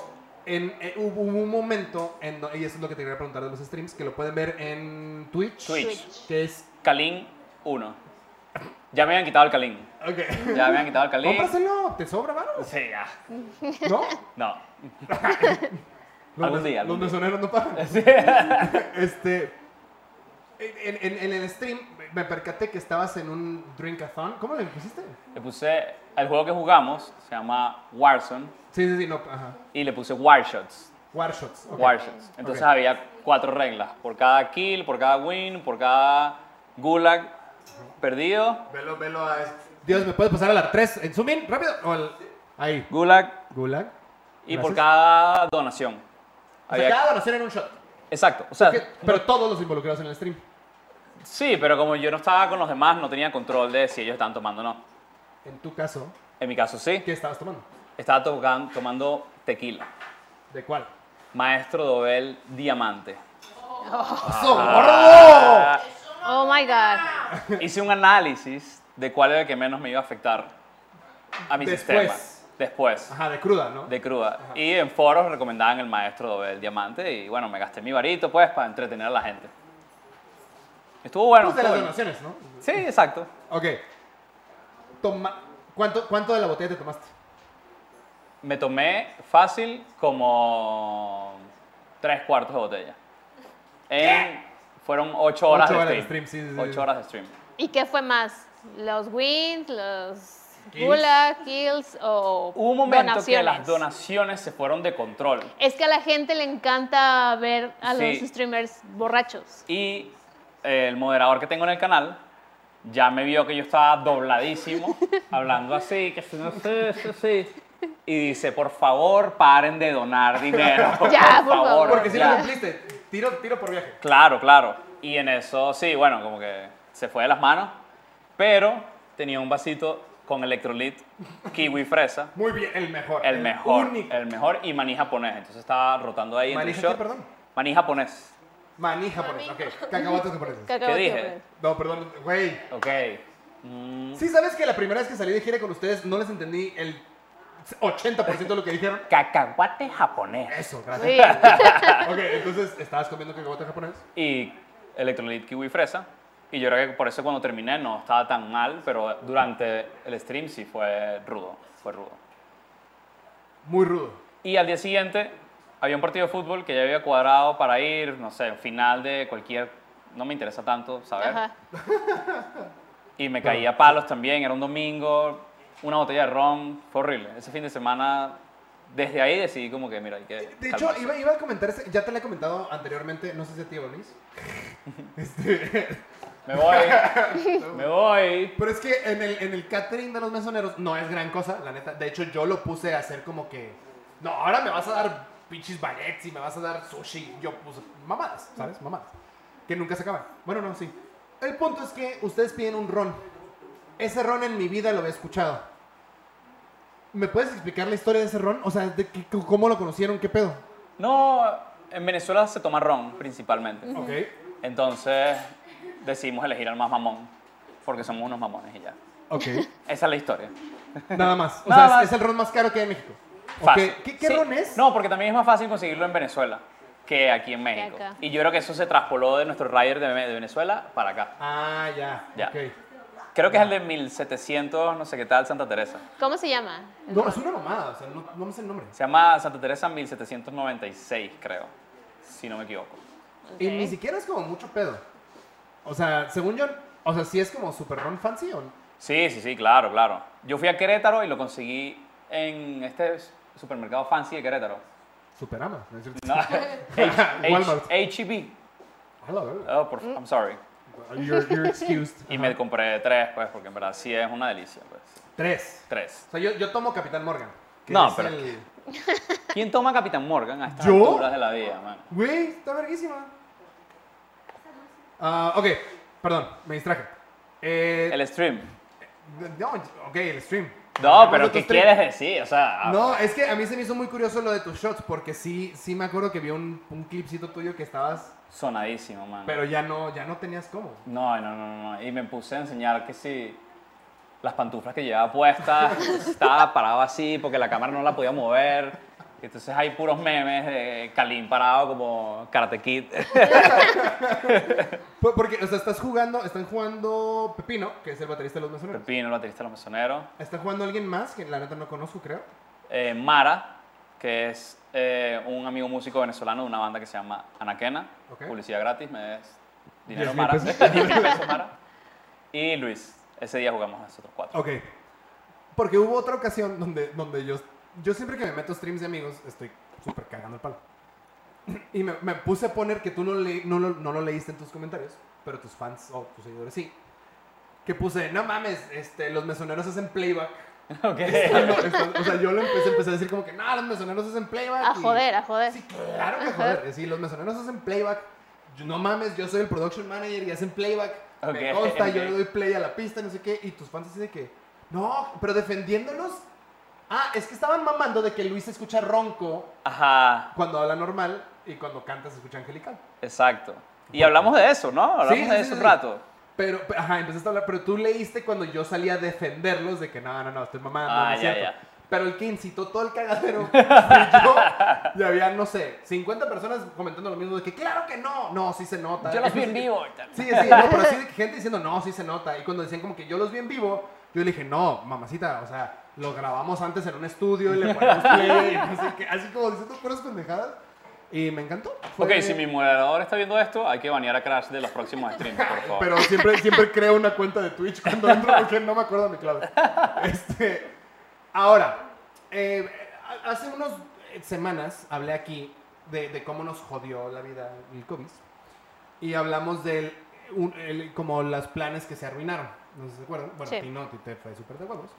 en, eh, hubo hubo un momento, en, do- y eso es lo que te quería preguntar de los streams, que lo pueden ver en Twitch. Twitch. Que es... Kalin 1. Ya me habían quitado el Kalin. Ok. Ya me habían quitado el Kalin. Cómpraselo, te sobra, varo. Sí, ya. ¿No? No. Los mes- Algún día, algún Los día. mesoneros no pagan. este. En, en- en el stream me percaté que estabas en un drinkathon. ¿Cómo le pusiste? Le puse. El juego que jugamos se llama Warzone Sí, sí, sí, no. Ajá. y le puse Warshots. Warshots. ok. Warshots. Entonces Ok. había cuatro reglas: por cada kill, por cada win, por cada gulag perdido, Velo, velo a. este. Dios, ¿me puedes pasar a la 3 en zoom in? Rápido. O al- Ahí. gulag Gulag. y por Gracias. cada donación. O sea, Había- cada donación era un shot. Exacto. O sea, Que- Pero todos los involucrados en el stream. sí, pero como yo no estaba con los demás, no tenía control de si ellos estaban tomando o no. En tu caso, En mi caso, sí. ¿qué estabas tomando? Estaba tocan- tomando tequila. ¿De cuál? Maestro Dobel Diamante. Ah. ¡Soborno! Oh my god. Hice un análisis de cuál era el que menos me iba a afectar a mi Después. sistema. Después. Ajá, de cruda, ¿no? De cruda. Y en foros recomendaban el maestro Dobel Diamante. Y bueno, me gasté mi varito pues para entretener a la gente. Estuvo bueno. Pues de las estuvo bueno. donaciones, ¿no? Sí, exacto. Ok. Toma... ¿Cuánto, ¿Cuánto de la botella te tomaste? Me tomé fácil como tres cuartos de botella. En- fueron ocho horas, Ocho de, horas de stream. stream, sí, sí, sí. Ocho horas de stream. ¿Y qué fue más? ¿Los wins, los Kills. gulag, kills o Hubo un momento donaciones? que las donaciones se fueron de control Es que a la gente le encanta ver a Sí. los streamers borrachos. y el moderador que tengo en el canal ya me vio que yo estaba dobladísimo, hablando así, que si no sé, sí, sí. Y dice, por favor, paren de donar dinero. Ya, por favor. Porque si ya". lo cumpliste, tiro, tiro por viaje. Claro, claro. Y en eso, sí, bueno, como que se fue de las manos, pero tenía un vasito con electrolit, kiwi fresa, Muy bien, el mejor. el mejor, Único. el mejor y maní japonés. Entonces estaba rotando ahí ¿Maní entre qué, shot. perdón? Maní japonés. Maní japonés, ok. Cacahuates japoneses. Que acabo de dije? ver. No, perdón, güey. Ok. Mm. Sí, sabes que la primera vez que salí de gira con ustedes no les entendí el 80% de lo que dijeron. Cacahuate japonés. Eso, Muy gracias. bien. Ok, entonces, ¿estabas comiendo cacahuate japonés? Y electrolit kiwi fresa. Y yo creo que por eso cuando terminé no estaba tan mal, pero durante el stream sí fue rudo. Fue rudo. Muy rudo. Y al día siguiente había un partido de fútbol que ya había cuadrado para ir, no sé, final de cualquier. No me interesa tanto saber. Ajá. Y me caía a palos también, era un domingo, una botella de ron, fue horrible. Ese fin de semana, desde ahí decidí como que, mira, hay que. De hecho, calmarse. iba, iba a comentar, ese- ya te lo he comentado anteriormente, no sé si a ti, Bonis. Me voy, me voy. Pero es que en el, en el catering de los mesoneros no es gran cosa, la neta. De hecho, yo lo puse a hacer como que. No, ahora me vas a dar pinches baguettes y me vas a dar sushi. Yo puse mamadas, ¿sabes? Mamadas. Que nunca se acaban. Bueno, no, sí. El punto es que ustedes piden un ron. Ese ron en mi vida lo había escuchado. ¿Me puedes explicar la historia de ese ron? O sea, de qué- ¿cómo lo conocieron? ¿Qué pedo? No, en Venezuela se toma ron principalmente. Ok. Entonces decidimos elegir al más mamón, porque somos unos mamones y ya. Ok. Esa es la historia. Nada más. O Nada sea, más. es- es el ron más caro que hay en México. Ok. Fácil. ¿Qué, qué Sí. ron es? No, porque también es más fácil conseguirlo en Venezuela que aquí en México. acá. Y yo creo que eso se traspoló de nuestro rider de, de Venezuela para acá. Ah, ya. Ya. Ok. Creo que es el de 1700, no sé qué tal, Santa Teresa. ¿Cómo se llama? No, es una mamada, o sea, no, no me sé el nombre. Se llama Santa Teresa 1796, creo, si no me equivoco. Y ni siquiera es como mucho pedo. O sea, según yo, o sea, sí es como super ron fancy o no. Sí, sí, sí, claro, claro. Yo fui a Querétaro y lo conseguí en este supermercado fancy de Querétaro. Superama, ¿no es cierto? No, Walmart. HEB. A la verga. E Oh, por fa- I'm sorry. You're, you're excused. Y Ajá. me compré tres, pues, porque en verdad sí es una delicia, pues. Tres. Tres. O sea, yo, yo tomo Capitán Morgan. que No, es pero- el- ¿Quién toma Capitán Morgan a estas ¿Yo? alturas de la vida, man? Güey, está verguísima. Ah, ok, perdón, me distraje. Eh, El stream. No, ok, el stream. No, Hablamos de pero tu ¿qué stream. quieres decir? O sea, No, es que a mí se me hizo muy curioso lo de tus shots, porque sí, sí me acuerdo que vi un, un clipcito tuyo que estabas, sonadísimo, man. pero ya no, ya no tenías cómo. No, no, no, no. Y me puse a enseñar que si las pantuflas que llevaba puestas, estaba parado así porque la cámara no la podía mover. Y Entonces hay puros memes de Kalim parado como Karate Kid. Por- Porque, o sea, estás jugando, están jugando Pepino, que es el baterista de los mesoneros. Pepino, el baterista de los mesoneros. Está jugando alguien más que la neta no conozco, creo. Eh, Mara, que es eh, un amigo músico venezolano de una banda que se llama Anaquena. Ok. Publicidad gratis, me des dinero 10.000 Mara. pesos. 10.000 pesos, Mara. Y Luis. Ese día jugamos nosotros cuatro. Ok. Porque hubo otra ocasión donde, donde yo, yo siempre que me meto a streams de amigos, estoy súper cagando el palo. Y me, me puse a poner que tú no, le- no, lo, no lo leíste en tus comentarios, pero tus fans o tus seguidores sí. Que puse, no mames, este, los mesoneros hacen playback. Estando- estando- o sea, yo lo empecé, empecé a decir como que, no, los mesoneros hacen playback. A y- joder, a joder. Sí, claro que joder. Sí, los mesoneros hacen playback. Yo, no mames, yo soy el production manager y hacen playback. Me Ok, consta, yo ok. le doy play a la pista, no sé qué. Y tus fans así de que, no, pero defendiéndolos. Ah, es que estaban mamando de que Luis se escucha ronco Ajá, cuando habla normal y cuando canta se escucha angelical. exacto. Y hablamos de eso, ¿no? Hablamos Sí, sí, de sí, eso un sí. rato. Pero, pe- ajá, empezaste a hablar, pero tú leíste cuando yo salí a defenderlos de que no, no, no, estoy mamando, Ah, no es ya, cierto. ya. Pero el que incitó todo el cagadero fui yo, y había, no sé, 50 personas comentando lo mismo de que claro que no, no, sí se nota. Yo los vi en Sí, vivo. Sí, sí, no, pero sí de que gente diciendo no, sí se nota. Y cuando decían como que yo los vi en vivo, yo le dije, no, mamacita, o sea, lo grabamos antes en un estudio y le ponemos play, y no sé qué, así como diciendo puras pendejadas. Y me encantó. Fue- Ok, si mi moderador está viendo esto, hay que banear a Crash de los próximos streams, por favor. Pero siempre, siempre creo una cuenta de Twitch cuando entro porque no me acuerdo mi clave. Este, ahora, eh, ha- hace unas semanas hablé aquí de, de cómo nos jodió la vida el COVID. Y hablamos del un- el- como los planes que se arruinaron. No sé si se acuerdan. Bueno, Sí. a ti no, a ti te fue súper de huevos.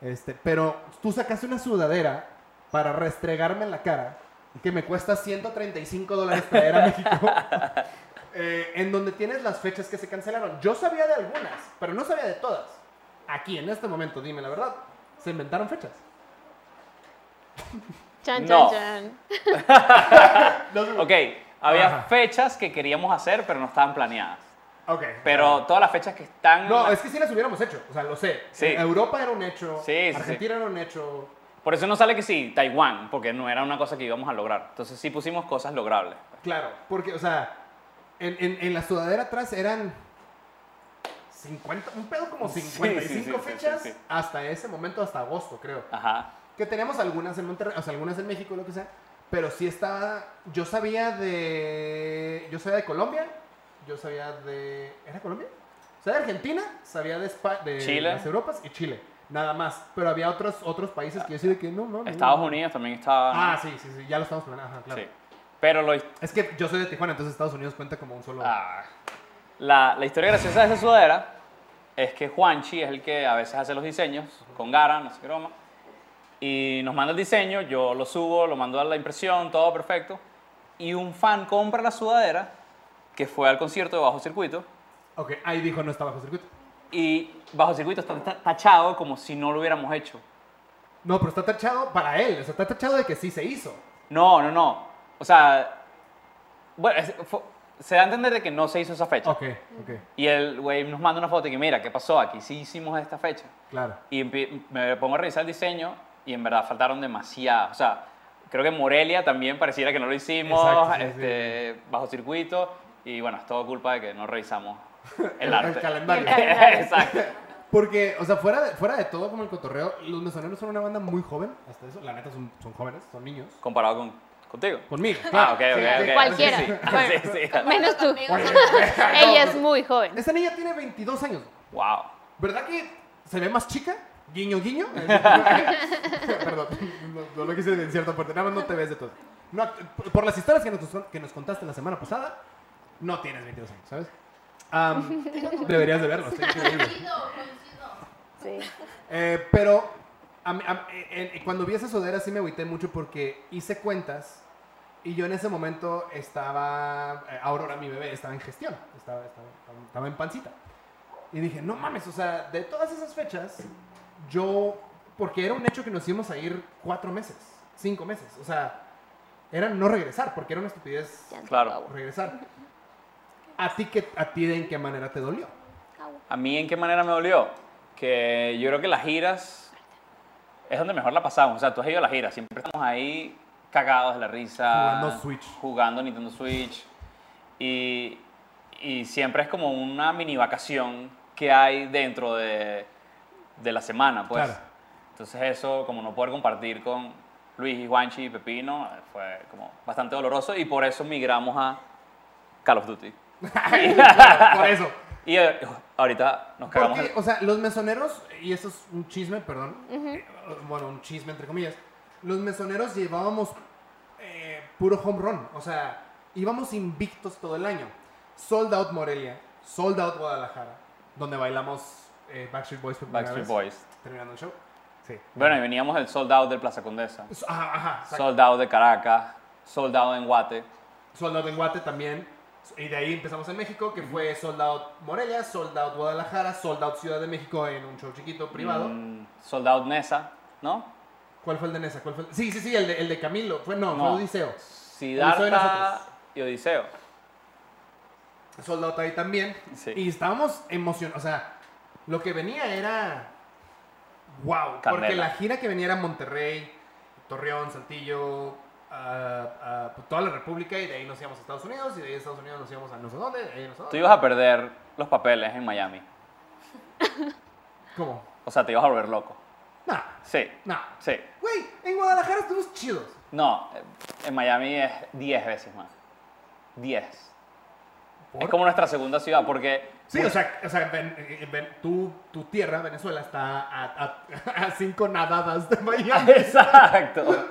Este, pero tú sacaste una sudadera para restregarme en la cara que me cuesta 135 dólares traer a México. eh, en donde tienes las fechas que se cancelaron. Yo sabía de algunas, pero no sabía de todas. Aquí, en este momento, dime la verdad. Se inventaron fechas. Chan, No. chan, chan. No sé- Ok, había Ajá. fechas que queríamos hacer, pero no estaban planeadas. ok. Pero todas las fechas que están... No, es que sí las hubiéramos hecho. O sea, lo sé. Sí. Europa era un hecho. Sí, sí, sí. Argentina era un hecho. Por eso no sale que sí, Taiwán, porque no era una cosa que íbamos a lograr. Entonces sí pusimos cosas logrables. Claro, porque, o sea, en, en- en la sudadera atrás eran 50, un pedo como Sí, sí, 55 sí, sí, fechas sí, Ah. sí. hasta ese momento, hasta agosto, creo. Ajá. Que teníamos algunas en Monterrey, o sea, algunas en México, lo que sea, pero sí estaba, yo sabía de, yo sabía de Colombia, yo sabía de, ¿era Colombia? Sabía de Argentina, sabía de, Espa- de Chile. las Europas y Chile, nada más. Pero había otros, otros países que yo decía de que no, no, no. Estados Unidos también estaba... Ah, sí, sí, sí, ya lo estamos planeando, ajá, claro. Sí. Pero lo, Es que yo soy de Tijuana, entonces Estados Unidos cuenta como un solo. Ah. La, la historia graciosa de esa sudadera es que Juanchi es el que a veces hace los diseños con Gara, no sé qué broma, y nos manda el diseño, yo lo subo, lo mando a la impresión, todo perfecto, y un fan compra la sudadera que fue al concierto de Bajo Circuito, Ok, ahí dijo no está bajo circuito. y Bajo Circuito está ta- tachado como si no lo hubiéramos hecho. No, pero está tachado para él, o sea, está tachado de que sí se hizo. No, no, no. O sea, bueno, es- fue- se da a entender de que no se hizo esa fecha. Ok, ok, Y el güey nos manda una foto y que mira, ¿qué pasó? Aquí sí hicimos esta fecha. claro. Y empi- me pongo a revisar el diseño y en verdad faltaron demasiadas. O sea, creo que Morelia también pareciera que no lo hicimos, Exacto, sí, este, bajo circuito. Y bueno, es todo culpa de que no revisamos el arte. calendario. Exacto. Porque, o sea, fuera de, fuera de todo, como el cotorreo, los mesoneros son una banda muy joven, hasta eso. La neta son, son jóvenes, son niños. Comparado con, contigo. Conmigo. claro. Ah, ok, Sí, ok, sí. ok. Cualquiera. Sí, sí. Bueno. Sí, sí. Menos tú. Oye, Ella es muy joven. Esa niña tiene 22 años. Wow. ¿Verdad que se ve más chica? Guiño, guiño. Perdón, no, no lo quise decir en cierta parte. Nada más no te ves de todo. No, por las historias que nos, que nos contaste la semana pasada, no tienes 22 años, ¿sabes? Am, deberías de verlo. está increíble. Sí. Eh, pero a mí- a- en- en- cuando vi esa sudadera sí me agüité mucho porque hice cuentas y yo en ese momento estaba, eh, Aurora, mi bebé, estaba en gestión, estaba, estaba, estaba en pancita. Y dije, no mames, o sea, de todas esas fechas, yo, porque era un hecho que nos íbamos a ir cuatro meses, cinco meses, o sea, era no regresar, porque era una estupidez Claro. regresar. ¿A ti, qué, ¿A ti de en qué manera te dolió? ¿A mí en qué manera me dolió? Que yo creo que las giras es donde mejor la pasamos. O sea, tú has ido a las giras, siempre estamos ahí cagados de la risa. Jugando Switch. Jugando Nintendo Switch. Y, y siempre es como una mini vacación que hay dentro de, de la semana, pues. Claro. Entonces eso, como no poder compartir con Luis y Juanchi y Pepino, eh, fue como bastante doloroso y por eso migramos a Call of Duty. Por eso. Y eh, ahorita nos cagamos. Porque, de- o sea, los mesoneros, y esto es un chisme, perdón, eh, bueno, un chisme entre comillas, los mesoneros llevábamos eh, puro home run, o sea, íbamos invictos todo el año. Sold out Morelia, sold out Guadalajara, donde bailamos eh, Backstreet Boys por primera Backstreet vez, Boys. Terminando el show. Sí. Bueno, y veníamos del sold out del Plaza Condesa, So- Ajá, ajá, exacto. sold out de Caracas, sold out en Guate. Sold out en Guate también. Y de ahí empezamos en México, que fue sold out Morelia, sold out Guadalajara, sold out Ciudad de México en un show chiquito privado. Mm, sold out Nesa, ¿no? ¿Cuál fue el de Nesa? ¿Cuál fue el- Sí, sí, sí, el de, el de Camilo. Fue, no, fue No. Odiseo. Odiseo de Siddhartha nosotros. y Odiseo. Soldado ahí también. Sí. Y estábamos emocionados. O sea, lo que venía era. ¡Wow! Porque Candela. la gira que venía era Monterrey, Torreón, Saltillo, a- a toda la República, y de ahí nos íbamos a Estados Unidos, y de ahí a Estados Unidos nos íbamos a no sé dónde, de ahí a no sé Tú dónde. ibas a perder los papeles en Miami. ¿Cómo? O sea, te ibas a volver loco. No, Sí, no. sí. Güey, en Guadalajara estuvimos chidos. No, eh, en Miami es 10 veces más. 10. ¿Por? Es como nuestra segunda ciudad, porque Sí, o sea, o sea ven- eh, ven- tu, tu tierra, Venezuela, está a, a- a cinco nadadas de Miami. Exacto.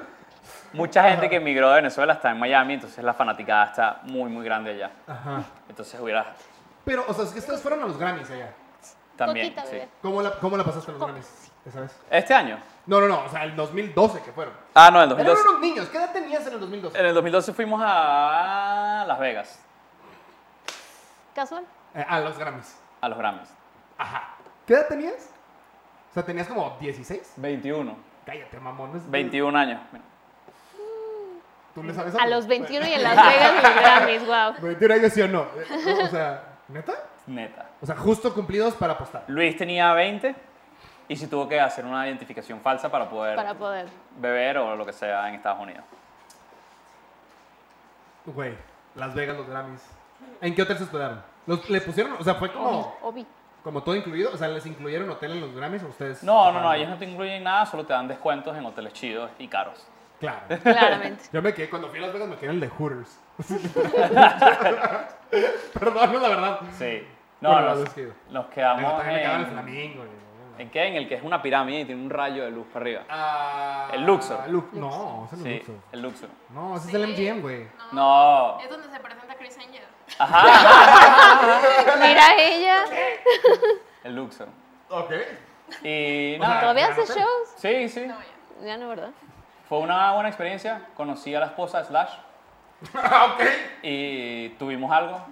Mucha gente que emigró de Venezuela está en Miami, entonces la fanaticada está muy, muy grande allá. Ajá. Entonces hubiera Pero, o sea, es que ustedes fueron a los Grammys allá. también. Coquita, sí. bebé. ¿Cómo la, cómo la pasaste a los Grammys esa vez? Este año. No, no, no, o sea, el 2012 que fueron. Ah, no, en el Pero 2012. eran unos niños, ¿qué edad tenías en el 2012? En el 2012 fuimos a Las Vegas, Casual. Eh, a los Grammys. a los Grammys. Ajá. ¿Qué edad tenías? O sea, tenías como 16. 21. Cállate, mamones. 21 años. ¿Tú le sabes A los 21 y en Las Vegas los Grammys, wow. 21 años sí o no. Eh, O sea, ¿neta? Neta. O sea, justo cumplidos para apostar. Luis tenía 20 y sí tuvo que hacer una identificación falsa para poder Para poder. beber o lo que sea en Estados Unidos. Güey, Las Vegas, los Grammys. ¿En qué hotel se hospedaron? ¿Los, ¿Le pusieron? O sea, fue como, Obi. como todo incluido. O sea, ¿les incluyeron hotel en los Grammys o ustedes? No, no, no, ellos no te incluyen nada, solo te dan descuentos en hoteles chidos y caros. Claro. Claramente. Yo me quedé, cuando fui a Las Vegas me quedé en el de Hooters. Perdón, no, la verdad. Sí. No, Bueno, nos, los chidos. nos Me quedamos notan que le cagaban el en, flamingo. y- ¿En qué? En el que es una pirámide y tiene un rayo de luz para arriba. Ah, El Luxor. Lu- no, ese no sí, es Luxor. el Luxor. No, ese es el Sí. MGM, güey. No. Es donde se presenta Chris Angel. Mira ella. El Luxor. Ok. Y sea, nada. ¿Todavía ¿en hace hotel? shows? Sí, sí. Ya no, ¿verdad? Fue una buena experiencia. Conocí a la esposa de Slash ok. y tuvimos algo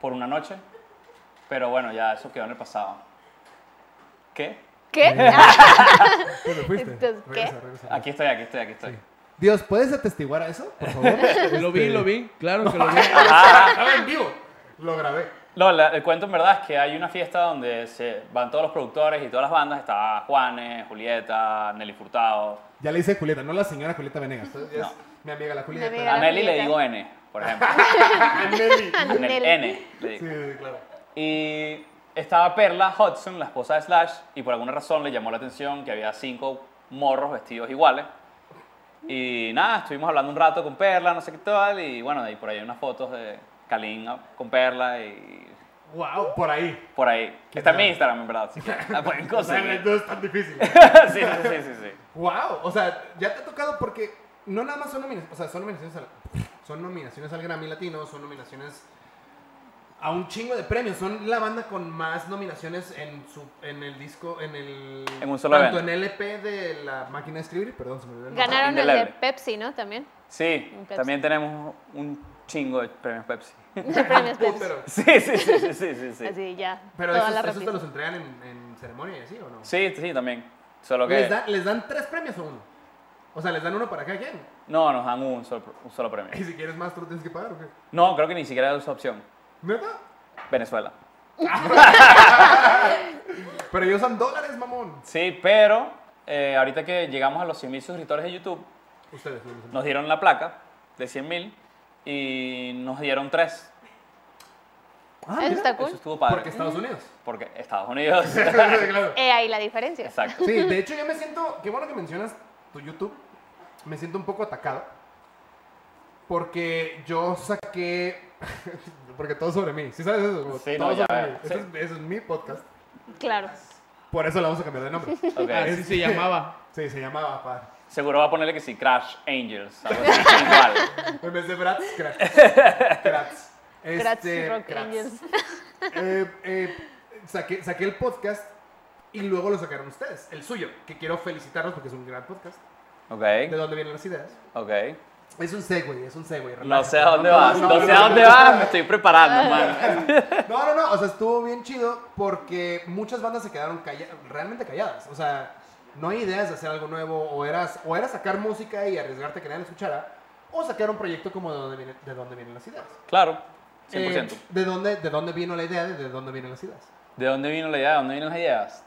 por una noche. Pero bueno, ya eso quedó en el pasado. ¿Qué? ¿Qué? Tú te fuiste. Entonces, ¿qué? Ah, Regresa, regresa. Aquí estoy, aquí estoy, aquí estoy. Dios, ¿puedes atestiguar a eso, por favor? Lo vi, lo vi. Claro que lo vi. Ah. Estaba en vivo. Lo grabé. No, la- el cuento en verdad es que hay una fiesta donde se van todos los productores y todas las bandas. Está Juanes, Julieta, Nelly Furtado. Ya le dice Julieta, no la señora Julieta Venegas. es- Es mi amiga la Julieta. Mi amiga. A la Nelly le Julieta. digo N, por ejemplo. Nelly. Nel- Nelly. N, le digo. Sí, sí, claro. Y estaba Perla Hudson, la esposa de Slash, y por alguna razón le llamó la atención que había cinco morros vestidos iguales. Y nada, estuvimos hablando un rato con Perla, no sé qué tal, y bueno, de ahí por ahí hay unas fotos de Kalin ah, con Perla y Wow, por ahí. por ahí. Está en mi Instagram, en verdad, así que la pueden O sea, conseguir. no es tan difícil. sí, sí, sí, sí, sí. Wow, o sea, ya te ha tocado porque no nada más son nominaciones, o sea, son nominaciones al, son nominaciones al Grammy Latino, son nominaciones a un chingo de premios, son la banda con más nominaciones en su en el disco, en el En un solo tanto evento. en LP de la máquina de escribir, perdón, se me olvidó. el nombre. Ganaron el de Indeleble. Pepsi, ¿no? También. Sí, Pepsi. también tenemos un chingo de premios Pepsi. Premios Pum, Pepsi. pero Sí, sí, sí, sí, sí, sí. sí. Así ya. pero toda esos, la esos repisa. te los entregan en, en ceremonia y así o no? Sí, sí, también. Solo que... ¿Les, da- ¿Les dan tres premios o uno? O sea, ¿les dan uno para cada quien? No, nos dan un solo, un solo premio. Y si quieres más, tú lo tienes que pagar o qué? No, creo que ni siquiera es su opción. ¿Neta? Venezuela. Pero ellos usan dólares, mamón. Sí, pero eh, ahorita que llegamos a los 100.000 suscriptores de YouTube, Ustedes, no los- nos dieron la placa de 100.000 y nos dieron tres. Ah, Eso está Eso cool. estuvo padre. Porque Estados Unidos. Porque Estados Unidos. Claro. He ahí la diferencia. Exacto. Sí, de hecho yo me siento, qué bueno que mencionas tu YouTube, me siento un poco atacado. Porque yo saqué, porque todo sobre mí, ¿sí sabes eso? Como Sí, todo no, ya sobre veo, mí. sí. Ese es, ese es mi podcast. Claro. Por eso le vamos a cambiar de nombre. Ok. Así este. se llamaba. Sí, se llamaba pa. Seguro va a ponerle que sí, Crash Angels. algo así, igual. En vez de Bratz, Kratz. Kratz. Este, Gratis Rock Kratz. Angels. Eh, eh, saqué, saqué el podcast y luego lo sacaron ustedes, el suyo, que quiero felicitarlos porque es un gran podcast. ¿De Ok, dónde vienen las ideas? ok. Es un segue, es un segue. No relájate. sé a dónde No, vas, no, no no, sé no, a dónde no, vas, me estoy preparando, man. No, no, no, o sea, estuvo bien chido porque muchas bandas se quedaron calla- realmente calladas. O sea, no hay ideas de hacer algo nuevo o era, o era sacar música y arriesgarte a que nadie la escuchara o sacar un proyecto como de dónde, viene- de dónde vienen las ideas. Claro, Eh, 100%. ¿de, dónde, ¿De dónde vino la idea de, de dónde vienen las ideas? ¿De dónde vino la idea? ¿De dónde vienen las ideas?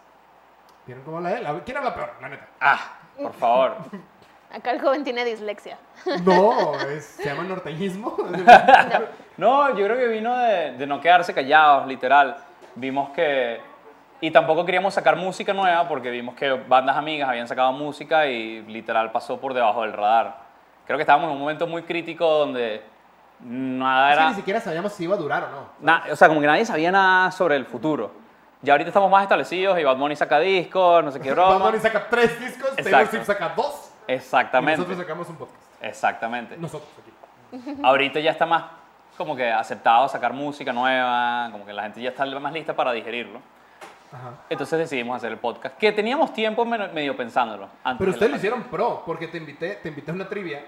¿Vieron cómo la de él? A ver, ¿Quién habla peor? La neta. Ah, por favor. Acá el joven tiene dislexia. No, es- se llama norteñismo. No, yo creo que vino de, de no quedarse callados, literal. Vimos que... Y tampoco queríamos sacar música nueva porque vimos que bandas amigas habían sacado música y literal pasó por debajo del radar. Creo que estábamos en un momento muy crítico donde nada Es que era... ni siquiera sabíamos si iba a durar o no. na- o sea, como que nadie sabía nada sobre el futuro. Ya ahorita estamos más establecidos y Bad Bunny saca discos, no sé qué broma. Bad Bunny saca tres discos, Taylor Exacto. Swift saca dos. Y nosotros Exactamente, Ah, sacamos un podcast. exactamente. Nosotros aquí. Ahorita ya está más como que aceptado sacar música nueva, como que la gente ya está más lista para digerirlo. Ajá. Entonces decidimos hacer el podcast, que teníamos tiempo men- medio pensándolo. Antes Pero de ustedes lo la hicieron pro, porque te invité, te invité a una trivia.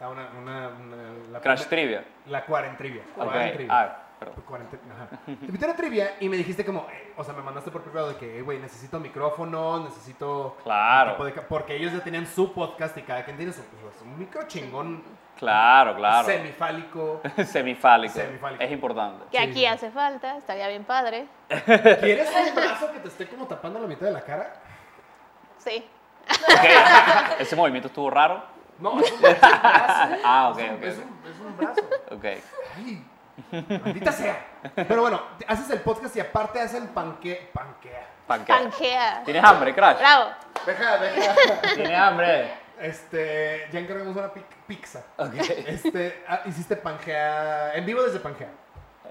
A una, una, una- la Crash primer- Trivia. La cuarentrivia. Ok, Cuarentrivia. ah, perdón. Cuarenten- ajá. Te invité a una trivia y me dijiste como, eh, o sea, me mandaste por privado de que, eh, güey, necesito micrófono, necesito... Claro. tipo de ca- porque ellos ya tenían su podcast y cada quien tiene su... pues, un micro chingón, Claro, claro. semifálico. Semifálico. Semifálico. Es importante. Que Sí. aquí hace falta. Estaría bien padre. ¿Quieres un brazo que te esté como tapando la mitad de la cara? Sí. Ok, Ese movimiento estuvo raro. No, es un brazo. Ah, ok, ok. Es un, es un brazo. Ok. Ay, maldita sea. Pero bueno, te- haces el podcast y aparte hacen panque... Panquea. Panquea. Pangea. ¿Tienes hambre, Crash? Bravo. Deja, deja. ¿Tienes hambre? Este, ya encargamos una pic- pizza. Ok. Este, ah, hiciste Pangea, en vivo desde Pangea.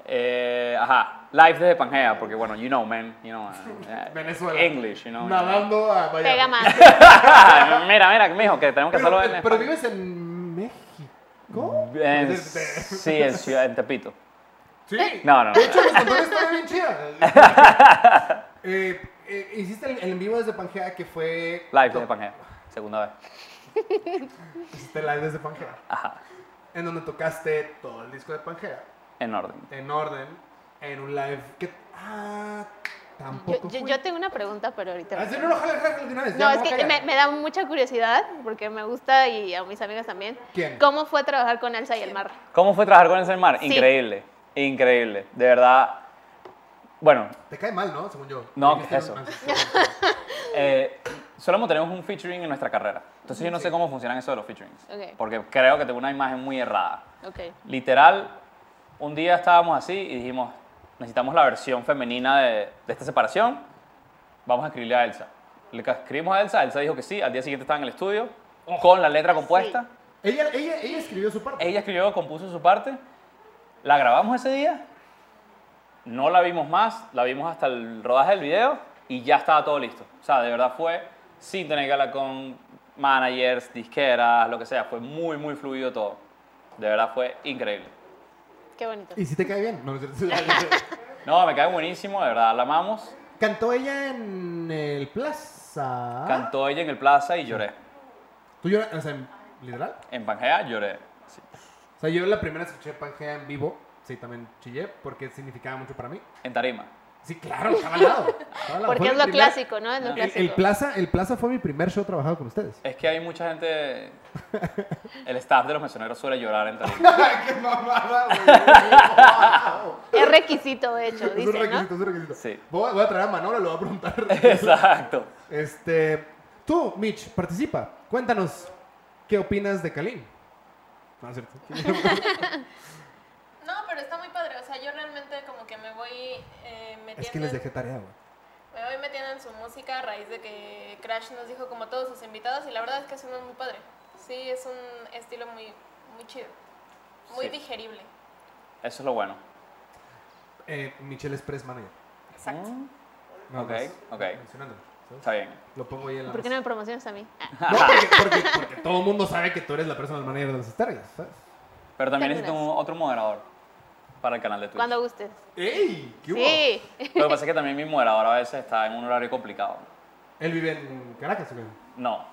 Eh, ajá. Live desde Pangea, porque bueno, you know, man. You know, eh, Venezuela. English, you know. Nadando a Miami. Pega más. mira, mira, mijo, que tenemos que Pero, pero- hacerlo en pero España. vives en México. En- Desde- sí, en, ciudad, en Tepito. Sí. Eh. No, no, no. De hecho, nos contó una historia bien chida. Eh, eh, hiciste el, el en vivo desde Pangea que fue... Live desde Pangea. Segunda vez. Hiciste live desde Pangea. Ajá. En donde tocaste todo el disco de Pangea. En orden. en orden en un live que ah Yo, Tampoco. yo- fui. yo tengo una pregunta, pero ahorita... Ah, sí, no, no, jala, jala de una vez, No, ya, es me voy a que me, callar. me da mucha curiosidad, porque me gusta y a mis amigas también. ¿Quién? ¿Cómo fue trabajar con Elsa y el mar? ¿Cómo fue trabajar con ese mar? Sí. Increíble, increíble. De verdad. Bueno, Te cae mal, ¿no? Según yo. No, Dijiste, ¿qué es eso? ah, sí, sí. eh, solo tenemos un featuring en nuestra carrera. Entonces yo no sé cómo funcionan eso de los featurings. Ok. Porque creo que tengo una imagen muy errada. Ok. Literal, un día estábamos así y dijimos, necesitamos la versión femenina de, de esta separación, vamos a escribirle a Elsa. Le escribimos a Elsa, Elsa dijo que sí, al día siguiente estaba en el estudio con la letra compuesta. Ella, ella, ella escribió su parte. Ella escribió, compuso su parte, la grabamos ese día, no la vimos más, la vimos hasta el rodaje del video y ya estaba todo listo. O sea, de verdad fue sin tener que hablar con managers, disqueras, lo que sea, fue muy, muy fluido todo. De verdad fue increíble. Qué bonito. ¿Y si te cae bien? No, no es cierto. No, me cae buenísimo, de verdad, la amamos. Cantó ella en el Plaza. Cantó ella en el plaza y lloré. ¿Tú lloras? O sea, en- literal. En Pangea lloré. Sí. O sea, yo la primera vez que escuché Pangea en vivo, sí, también chillé, porque significaba mucho para mí. En Tarima. Sí, claro, estaba al lado. estaba al lado. Fue Porque es mi lo primer- clásico, ¿no? Es lo El- El, clásico. el plaza, el plaza fue mi primer show trabajado con ustedes. Es que hay mucha gente. El staff de los mencioneros suele llorar en Tarima. ¡Qué mamada, güey! Es requisito, de hecho, Es un dice, ¿no? requisito, es un requisito. Sí. Voy, voy a traer a Manolo, le voy a preguntar. Exacto. Este, tú, Mitch, participa. Cuéntanos, ¿qué opinas de Kalim? No, es cierto. No, pero está muy padre. O sea, yo realmente como que me voy eh, metiendo. es que les en- dejé tarea, güey. Me voy metiendo en su música a raíz de que Crash nos dijo como todos sus invitados y la verdad es que suena muy padre. Sí, es un estilo muy, muy chido, muy Sí. digerible. Eso es lo bueno. Eh, Michelle es press manager. Exacto. Ah. Nada Ok, más. ok. Mencionándolo, ¿sabes? Está bien. Lo pongo ahí en la ¿Por qué no mesa. me promocionas a mí? Ah, No, porque, porque- porque todo el mundo sabe que tú eres la personal manager de los estrellas, ¿sabes? Pero también Terminas. necesito un- otro moderador para el canal de Twitch. Cuando gustes. ¡Ey! ¿Qué hubo? Sí. Lo que pasa es que también mi moderador a veces está en un horario complicado. Él vive en Caracas, güey. No,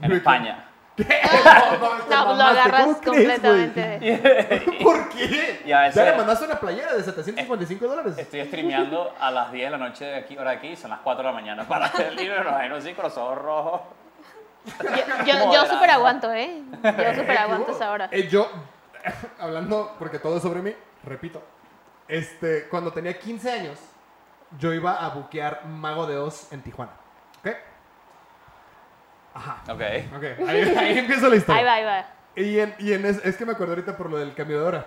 en ¿Qué? España. No, pues lo agarras completamente. de- ¿Por qué? Y a veces- Ya e-, le mandaste una playera de 755 dólares. Estoy streameando a las 10 de la noche de aquí, hora de aquí, y son las 4 de la mañana para el libro. Nos imagino así con los ojos rojos. Yo, yo, yo Moderando. súper aguanto, ¿eh? Yo súper aguanto esa hora. Eh, yo, hablando, porque todo es sobre mí, repito, este, cuando tenía 15 años, yo iba a buquear Mago de Oz en Tijuana. ¿Ok? Ajá. Ok. Ok, ahí, ahí empieza la historia. Ahí va, ahí va. Y, en, y en es, es que me acuerdo ahorita por lo del cambio de hora.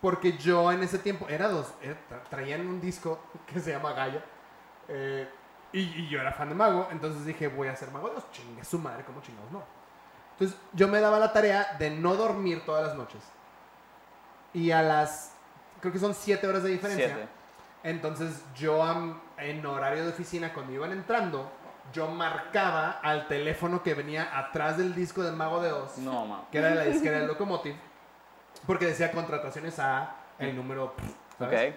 Porque yo en ese tiempo, era dos, era- tra- traían un disco que se llama Gaia. eh, y, y yo era fan de Mago, entonces dije, voy a ser Mago de Oz. Chingue su madre, como chingados no. Entonces yo me daba la tarea de no dormir todas las noches. Y a las, creo que son siete horas de diferencia. Siete. Entonces yo am- en horario de oficina, cuando iban entrando, yo marcaba al teléfono que venía atrás del disco de Mago de Oz No, mamá. que era de la disquera de Locomotive, porque decía contrataciones a el número. Ok. ¿sabes?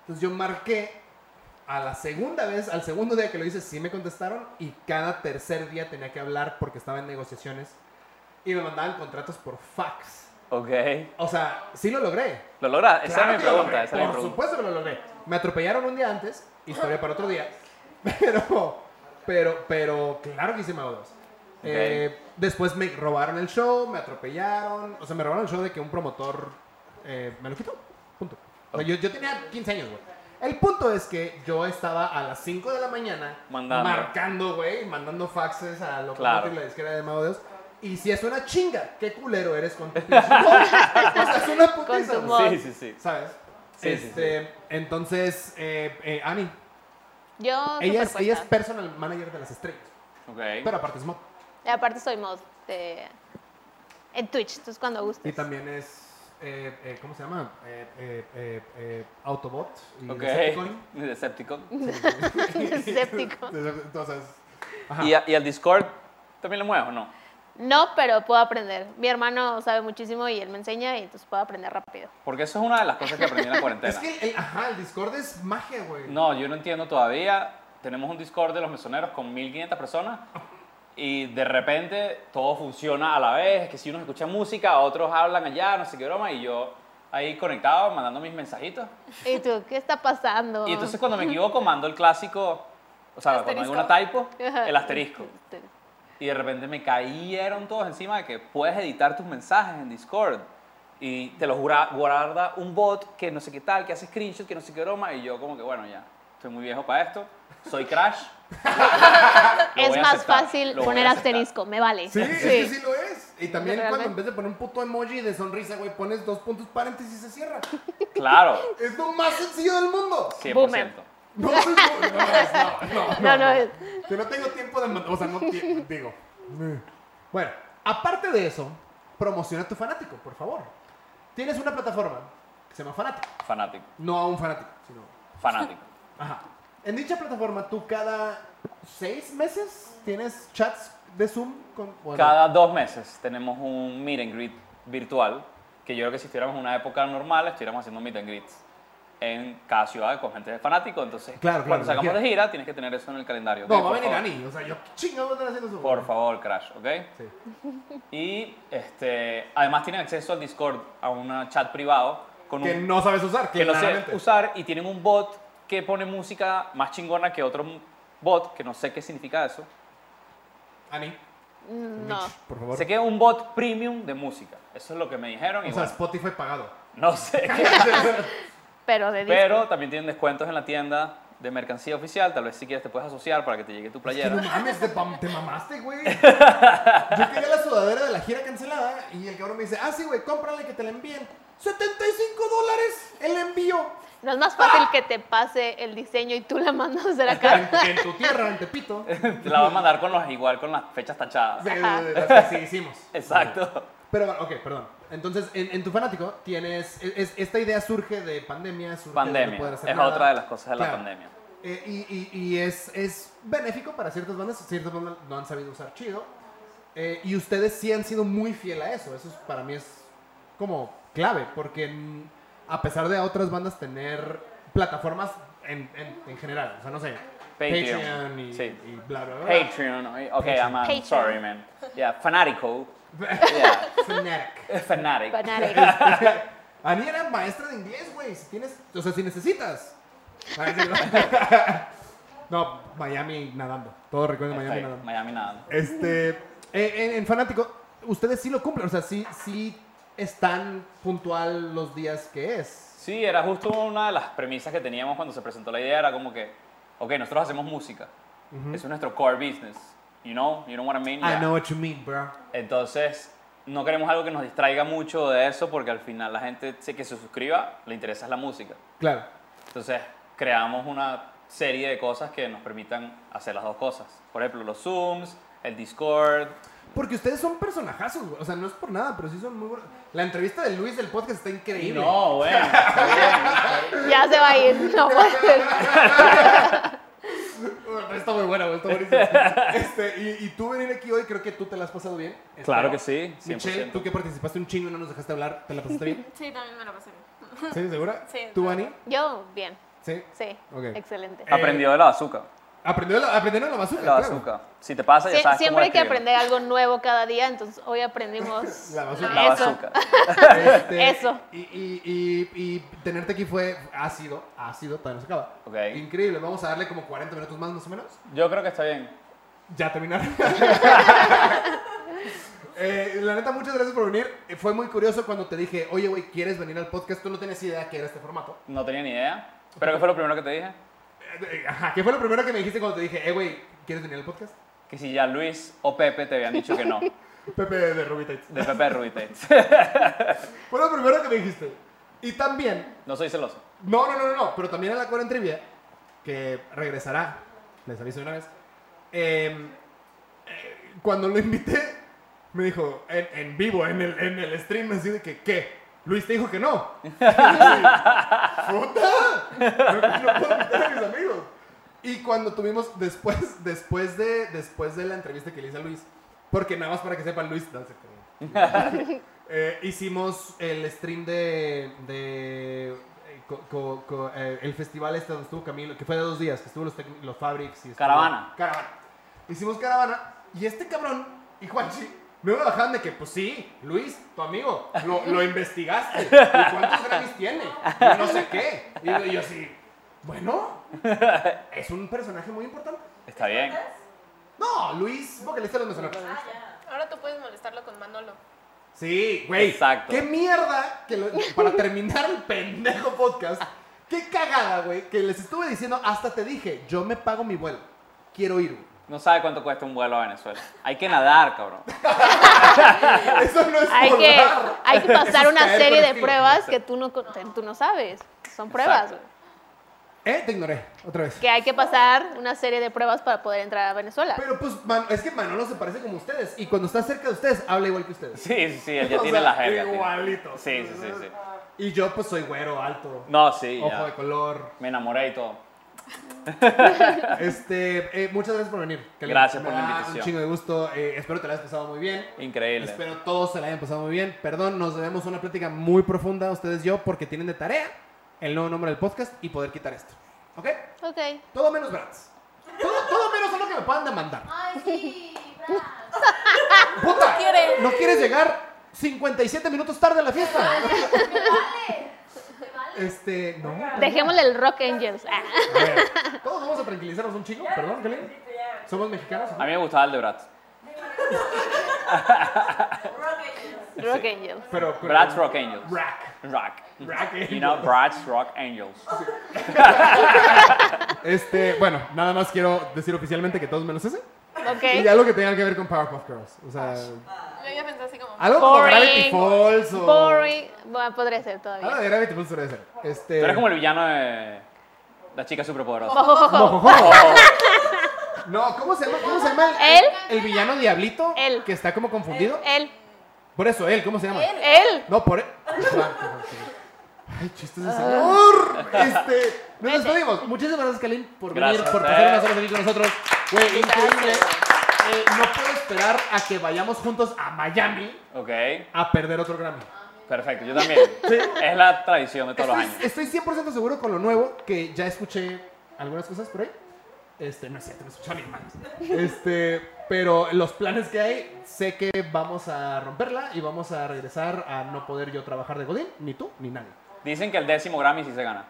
Entonces yo marqué a la segunda vez, al segundo día que lo hice, sí me contestaron y cada tercer día tenía que hablar porque estaba en negociaciones y me mandaban contratos por fax. Ok. O sea, sí lo logré. ¿Lo logras? Esa Claro es que mi lo pregunta. logré, Esa es mi Por pregunta. supuesto que lo logré. Me atropellaron un día antes, historia para otro día. Pero, pero, pero, claro que hice Mago 2. Eh, después me robaron el show, me atropellaron. O sea, me robaron el show de que un promotor eh, me lo quitó. Punto. O sea, yo, yo tenía 15 años, güey. El punto es que yo estaba a las 5 de la mañana Mandando. marcando, güey, mandando faxes a lo Claro. la disquera de Mago Dios. Y si es una chinga, qué culero eres con tu pinche voz. O sea, es una putiza, Con tu güey. voz. Sí, sí, sí. ¿Sabes? Sí, este, Entonces, eh, eh, Ani, Yo ella es, súper ella es puesta. personal manager de las estrellas. Ok. Pero aparte es mod. Y Aparte soy mod de... en Twitch, entonces cuando Y gustes. también es. eh, eh, ¿Cómo se llama? Eh, eh, eh, eh, Autobot. Y Ok. Decepticon. Decepticon. Escéptico. Entonces. Ajá. ¿Y, a- ¿Y al Discord también le mueves o no? No, pero puedo aprender. Mi hermano sabe muchísimo y él me enseña y entonces puedo aprender rápido. Porque eso es una de las cosas que aprendí en la cuarentena. Es que el, el- ajá, el Discord es magia, güey. No, yo no entiendo todavía. Tenemos un Discord de los mesoneros con 1500 personas y de repente todo funciona a la vez. Que si unos escuchan música, otros hablan allá, no sé qué broma, y yo ahí conectado, mandando mis mensajitos. ¿Y tú qué está pasando? Y entonces cuando me equivoco, mando el clásico, o sea, cuando hay una typo, Ajá. el asterisco. Y de repente me cayeron todos encima de que puedes editar tus mensajes en Discord. Y te los gra- guarda un bot que no sé qué tal, que hace screenshot, que no sé qué broma. Y yo como que, bueno, ya, estoy muy viejo para esto. Soy Crash. Lo voy Es a más aceptar, fácil lo voy a poner aceptar. asterisco, me vale. Sí, es que sí lo es. Y también cuando Realmente. en vez de poner un puto emoji de sonrisa, güey, pones dos puntos paréntesis y se cierra. Claro, Es lo más sencillo del mundo. 100%. Boomer. No, no, no, no, No, no, es- Que no tengo tiempo de... man- O sea, no tie- digo. Bueno, aparte de eso, promociona a tu fanático, por favor. Tienes una plataforma que se llama Fanático. Fanático, No a un fanático, sino... fanático. Ajá. En dicha plataforma, tú cada seis meses tienes chats de Zoom con... bueno, Cada dos meses tenemos un meet and greet virtual, que yo creo que si estuviéramos en una época normal, estuviéramos haciendo meet and greets en cada ciudad con gente de fanático. Entonces, Claro, claro, cuando sacamos imagino. de gira, tienes que tener eso en el calendario. No, va a ¿ok? Por venir favor. Ani. O sea, yo chingado voy a estar haciendo Zoom. Por favor, Crash, ¿ok? Sí. Y este, además tienen acceso al Discord, a un chat privado, con Que un, no sabes usar, que no sé claramente. usar, y tienen un bot que pone música más chingona que otro bot, que no sé qué significa eso. Ani, no. por favor. Sé que es un bot premium de música, eso es lo que me dijeron. Y O sea, bueno, Spotify pagado. no sé qué Pero de disco. Pero también tienen descuentos en la tienda de mercancía oficial. Tal vez si quieres te puedes asociar para que te llegue tu Es que no playera. mames, te, pam- te mamaste, güey. Yo quería la sudadera de la gira cancelada y el cabrón me dice, ah, sí, güey, cómprale que te la envíen. 75 dólares el envío. No es más fácil que te pase el diseño y tú la mandas a hacer acá. En, en tu tierra, en Tepito. Sí, Te la va a mandar con los, igual con las fechas tachadas. sí, sí, las que sí hicimos. Exacto. Pero, bueno, ok, perdón. Entonces, en, en tu fanático tienes. es- es- esta idea surge de pandemia. surge de no Pandemia. poder hacer Es nada. otra de las cosas de la Claro. pandemia. Eh, y y- y es, es benéfico para ciertas bandas. Ciertas bandas no han sabido usar chido. Eh, y ustedes sí han sido muy fiel a eso. Eso es- para mí es como clave. Porque mm, a pesar de a otras bandas tener plataformas en, en- en general, o sea, no sé. Patreon. y, Sí. y bla, bla, bla. Patreon. Ok, I'm, I'm Patreon. sorry, man. Yeah, fanatico. Yeah, Fnatic. fanatic. Banare. Ani era maestra de inglés, güey. Si tienes, o sea, si necesitas. A ver si- no, Miami nadando. Todo recuerden Miami Estoy- nadando. Miami nada. Este, eh, en, en fanático, ustedes sí lo cumplen, o sea, sí, sí están puntual los días que es. Sí, era justo una de las premisas que teníamos cuando se presentó la idea, era como que, ok, nosotros hacemos música, eso es nuestro core business, you know, you know Ah, what I mean? I Yeah. know what you mean, bro. Entonces, no queremos algo que nos distraiga mucho de eso, porque al final la gente se- que se suscriba le interesa es la música. Claro. Entonces, creamos una serie de cosas que nos permitan hacer las dos cosas. Por ejemplo, los Zooms, el Discord, Porque ustedes son personajazos, güey. O sea, no es por nada, pero sí son muy buenos. La entrevista de Luis del podcast está increíble. No, bueno. está bien. Ya se va a ir. No puede ser. Está muy buena, güey. Está buenísima. Este, y, y tú venir aquí hoy, creo que tú te la has pasado bien. Claro Espero. que sí, 100%. Michelle, tú que participaste un chingo y no nos dejaste hablar, ¿te la pasaste bien? Sí, también me lo pasé bien. ¿Sí, segura? Sí. ¿Tú, Ani? Yo, bien. Sí. Sí. Ok. Excelente. Aprendió de la azúcar. Aprendió la, aprendió la bazooka. La eh, claro. bazooka. Si te pasa, ya Sie- sabes cómo siempre hay que aprender describirla. algo nuevo cada día, entonces hoy aprendimos La bazooka. La eso. bazooka. Este, Eso. Y, y, y, y tenerte aquí fue ácido, ácido, todavía no se acaba. Ok. Increíble, vamos a darle como 40 minutos más, más o menos. Yo creo que está bien. Ya terminaron. Eh, la neta, muchas gracias por venir. Eh, Fue muy curioso cuando te dije, oye, güey, ¿quieres venir al podcast? Tú no tenías idea que era este formato. No tenía ni idea. ¿Pero qué fue lo primero que te dije? Eh, eh, Ajá, ¿qué fue lo primero que me dijiste cuando te dije, eh, güey, ¿quieres venir al podcast? Que si ya Luis o Pepe te habían dicho que no. Pepe de Ruby Tights. De Pepe Ruite. Fue lo primero que me dijiste. Y también, No soy celoso. No, no, no, no, no, pero también en la Coren Trivia, que regresará, les aviso de una vez. eh, eh, cuando lo invité, me dijo en, en vivo, en el, en el stream, así de que, ¿qué? Luis te dijo que no. Y yo, ¡Puta! No, no puedo invitar a mis amigos. Y cuando tuvimos después, después de, después de la entrevista que le hice a Luis, porque nada más para que sepan, Luis, no, es cierto, no. Eh, hicimos el stream de. de eh, co- co- co- eh, el festival este donde estuvo Camilo, que fue de dos días, que estuvo los, Tec- los Fabrics y estuvo- Caravana. Caravana. Hicimos caravana y este cabrón y Juanchi No me bajaban de que, pues sí, Luis, tu amigo, lo, lo investigaste. ¿Y cuántos Grammys tiene? Y no sé qué. Y yo, yo así, bueno, es un personaje muy importante. Está bien. No, Luis, vocalista de los Mesoneros. Ah, ya. Ahora tú puedes molestarlo con Manolo. Sí, güey. Exacto. Qué mierda que lo- para terminar el pendejo podcast. Qué cagada, güey, que les estuve diciendo, hasta te dije, yo me pago mi vuelo. Quiero ir. güey. No sabe cuánto cuesta un vuelo a Venezuela. Hay que nadar, cabrón. Eso no es Hay que, volar. hay que pasar Eso es una caer serie por de ti. pruebas que tú no, con- tú no sabes. Son pruebas. Exacto. güey. Eh, te ignoré, otra vez. Que hay que pasar una serie de pruebas para poder entrar a Venezuela. Pero pues, man- es que Manolo se parece como ustedes. Y cuando está cerca de ustedes, habla igual que ustedes. Sí, sí, sí, él ya O tiene sea, la jerga. tío. Igualito. Sí, sí, sí, sí. Y yo pues soy güero, alto. No, sí, Ojo ya. de color. Me enamoré y todo. Este, eh, muchas gracias por venir. Kelly. Gracias por Me la da Un invitación. chingo de gusto. eh, espero te la hayas pasado muy bien. Increíble. Espero todos se la hayan pasado muy bien. Perdón, nos debemos una plática muy profunda, ustedes y yo, porque tienen de tarea el nuevo nombre del podcast y poder quitar esto. ¿Ok? Ok. Todo menos brats. Todo, todo menos lo que me puedan demandar. Ay, sí, ¡Puta! No quiere. ¿No quieres llegar 57 minutos tarde a la fiesta? Este, no. Dejémosle el Rock Angels. Ah. A ver, Todos vamos a tranquilizarnos un chingo, perdón, Kelly. Somos mexicanos. A mí me gustaba el de Brat. Rock Angels. Pero pero- Brat's Rock Angels. Rack. Rock. Rock You know, Angels. Brat's Rock Angels. Este, bueno, nada más quiero decir oficialmente que todos menos ese. Y Ok. ya lo que tenga que ver con Powerpuff Girls. O sea, Yo ya pensé así como. algo como Boring. Gravity Falls o. Boring. Bueno, podría ser Algo todavía. de Gravity Falls debe ser. Este. Tú eres como el villano de la chica superpoderosa. Mojojojo. Mojojojo. Oh, No, ¿cómo se llama? ¿Cómo se llama Él. el villano diablito? Él. Que está como confundido. Él. Por eso, él, ¿cómo se llama? Él. No, por él. Ay, chistes de señor. Este. Nos despedimos. Muchísimas gracias, Kalin, por venir, Gracias a por pasar unas ustedes. horas aquí con nosotros. Güey, increíble. Eh, no puedo esperar a que vayamos juntos a Miami ok, a perder otro Grammy. perfecto. Yo también. Es la tradición de todos los años. Estoy, estoy 100% seguro con lo nuevo, que ya escuché algunas cosas por ahí. Este, no es cierto, no escuché ni madres. Este, pero los planes que hay, sé que vamos a romperla y vamos a regresar a no poder yo trabajar de Godín, ni tú, ni nadie. Dicen que el décimo Grammy sí se gana.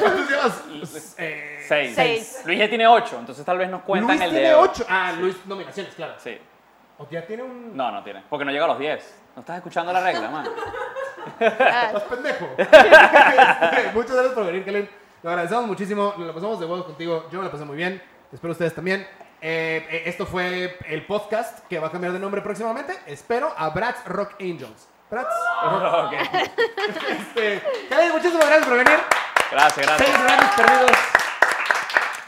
¿Cuántos llevas? Eh, Seis. Seis. Luis ya tiene ocho, entonces tal vez nos cuentan Luis el de tiene hoy. 8. Ah, Luis, nominaciones, claro. Sí. O ya tiene un. No, no tiene. Porque no llega a los 10. No estás escuchando la regla, man. Ah, Estás pendejo. Este, Muchas gracias por venir, Kalen. Lo agradecemos muchísimo. Nos lo pasamos de huevos contigo. Yo me lo pasé muy bien. Espero ustedes también. Eh, eh, esto fue el podcast que va a cambiar de nombre próximamente. Espero a Bratz Rock Angels. Bratz. Ok. Este, Kalen, muchísimas gracias por venir. Gracias, Seis gracias. programas perdidos.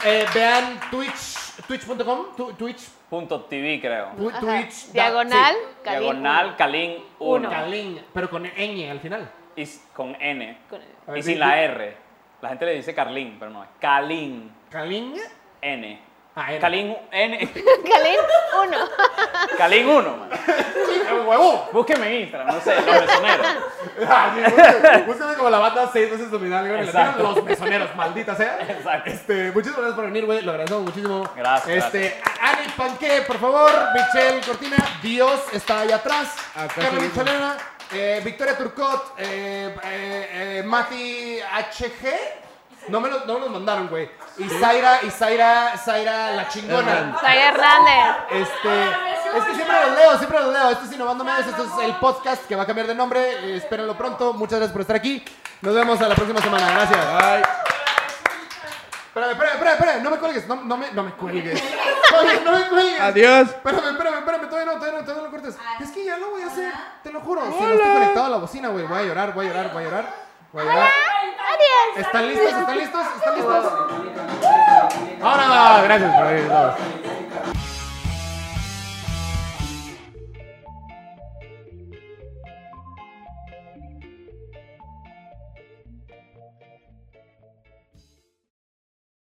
Eh, vean Twitch, twitch.com, tu- Twitch, Punto TV, creo. tu- ajá. Twitch. da- Diagonal. sí, Kalin, Diagonal Kalin Uno. 1. Kalin, pero con ñ al final. Y s- con N. con él. A ver, Y di- sin la R. La gente le dice Carlín, pero no, es Kalin Kalin. N. Ah, N. Kalin N. Kalin, uno. Kalin 1, man. ¡Eh, huevo! Búsqueme en Instagram, no sé, los mesoneros. Ah, sí, búsquenme- Búsquenme como la banda seis veces dominada en Latino, Exacto. los mesoneros, maldita sea. Exacto. Este, muchísimas gracias por venir, güey. Lo agradecemos muchísimo. Gracias, Este, Ani Panque, por favor. Michelle Cortina, Dios está allá atrás. Ah, Carla Michelena, eh, Victoria Turcot, eh, eh, eh, Mati HG. No me, lo- no me los mandaron, güey. Y Zaira, y Zaira, Zaira la chingona. Saya Hernández. Este, es que siempre los leo, siempre los leo. Esto es Innovando Medios, esto es el podcast que va a cambiar de nombre. Eh, espérenlo pronto. Muchas gracias por estar aquí. Nos vemos a la próxima semana. Gracias. Bye. Espérame, espérame, espérame, espérame. No me cuelgues. No, no, me, no me cuelgues. Oye, no me cuelgues. Adiós. Espérame, espérame, espérame. Todavía no, todavía no, todavía no lo cortes. Es que ya lo voy a hacer. Te lo juro. Si no estoy conectado a la bocina, güey. Voy a llorar, voy a llorar, voy a llorar. Voy a llorar. Adiós. ¿Están listos? ¿Están listos? ¿Están listos? Ahora, gracias por venir todos.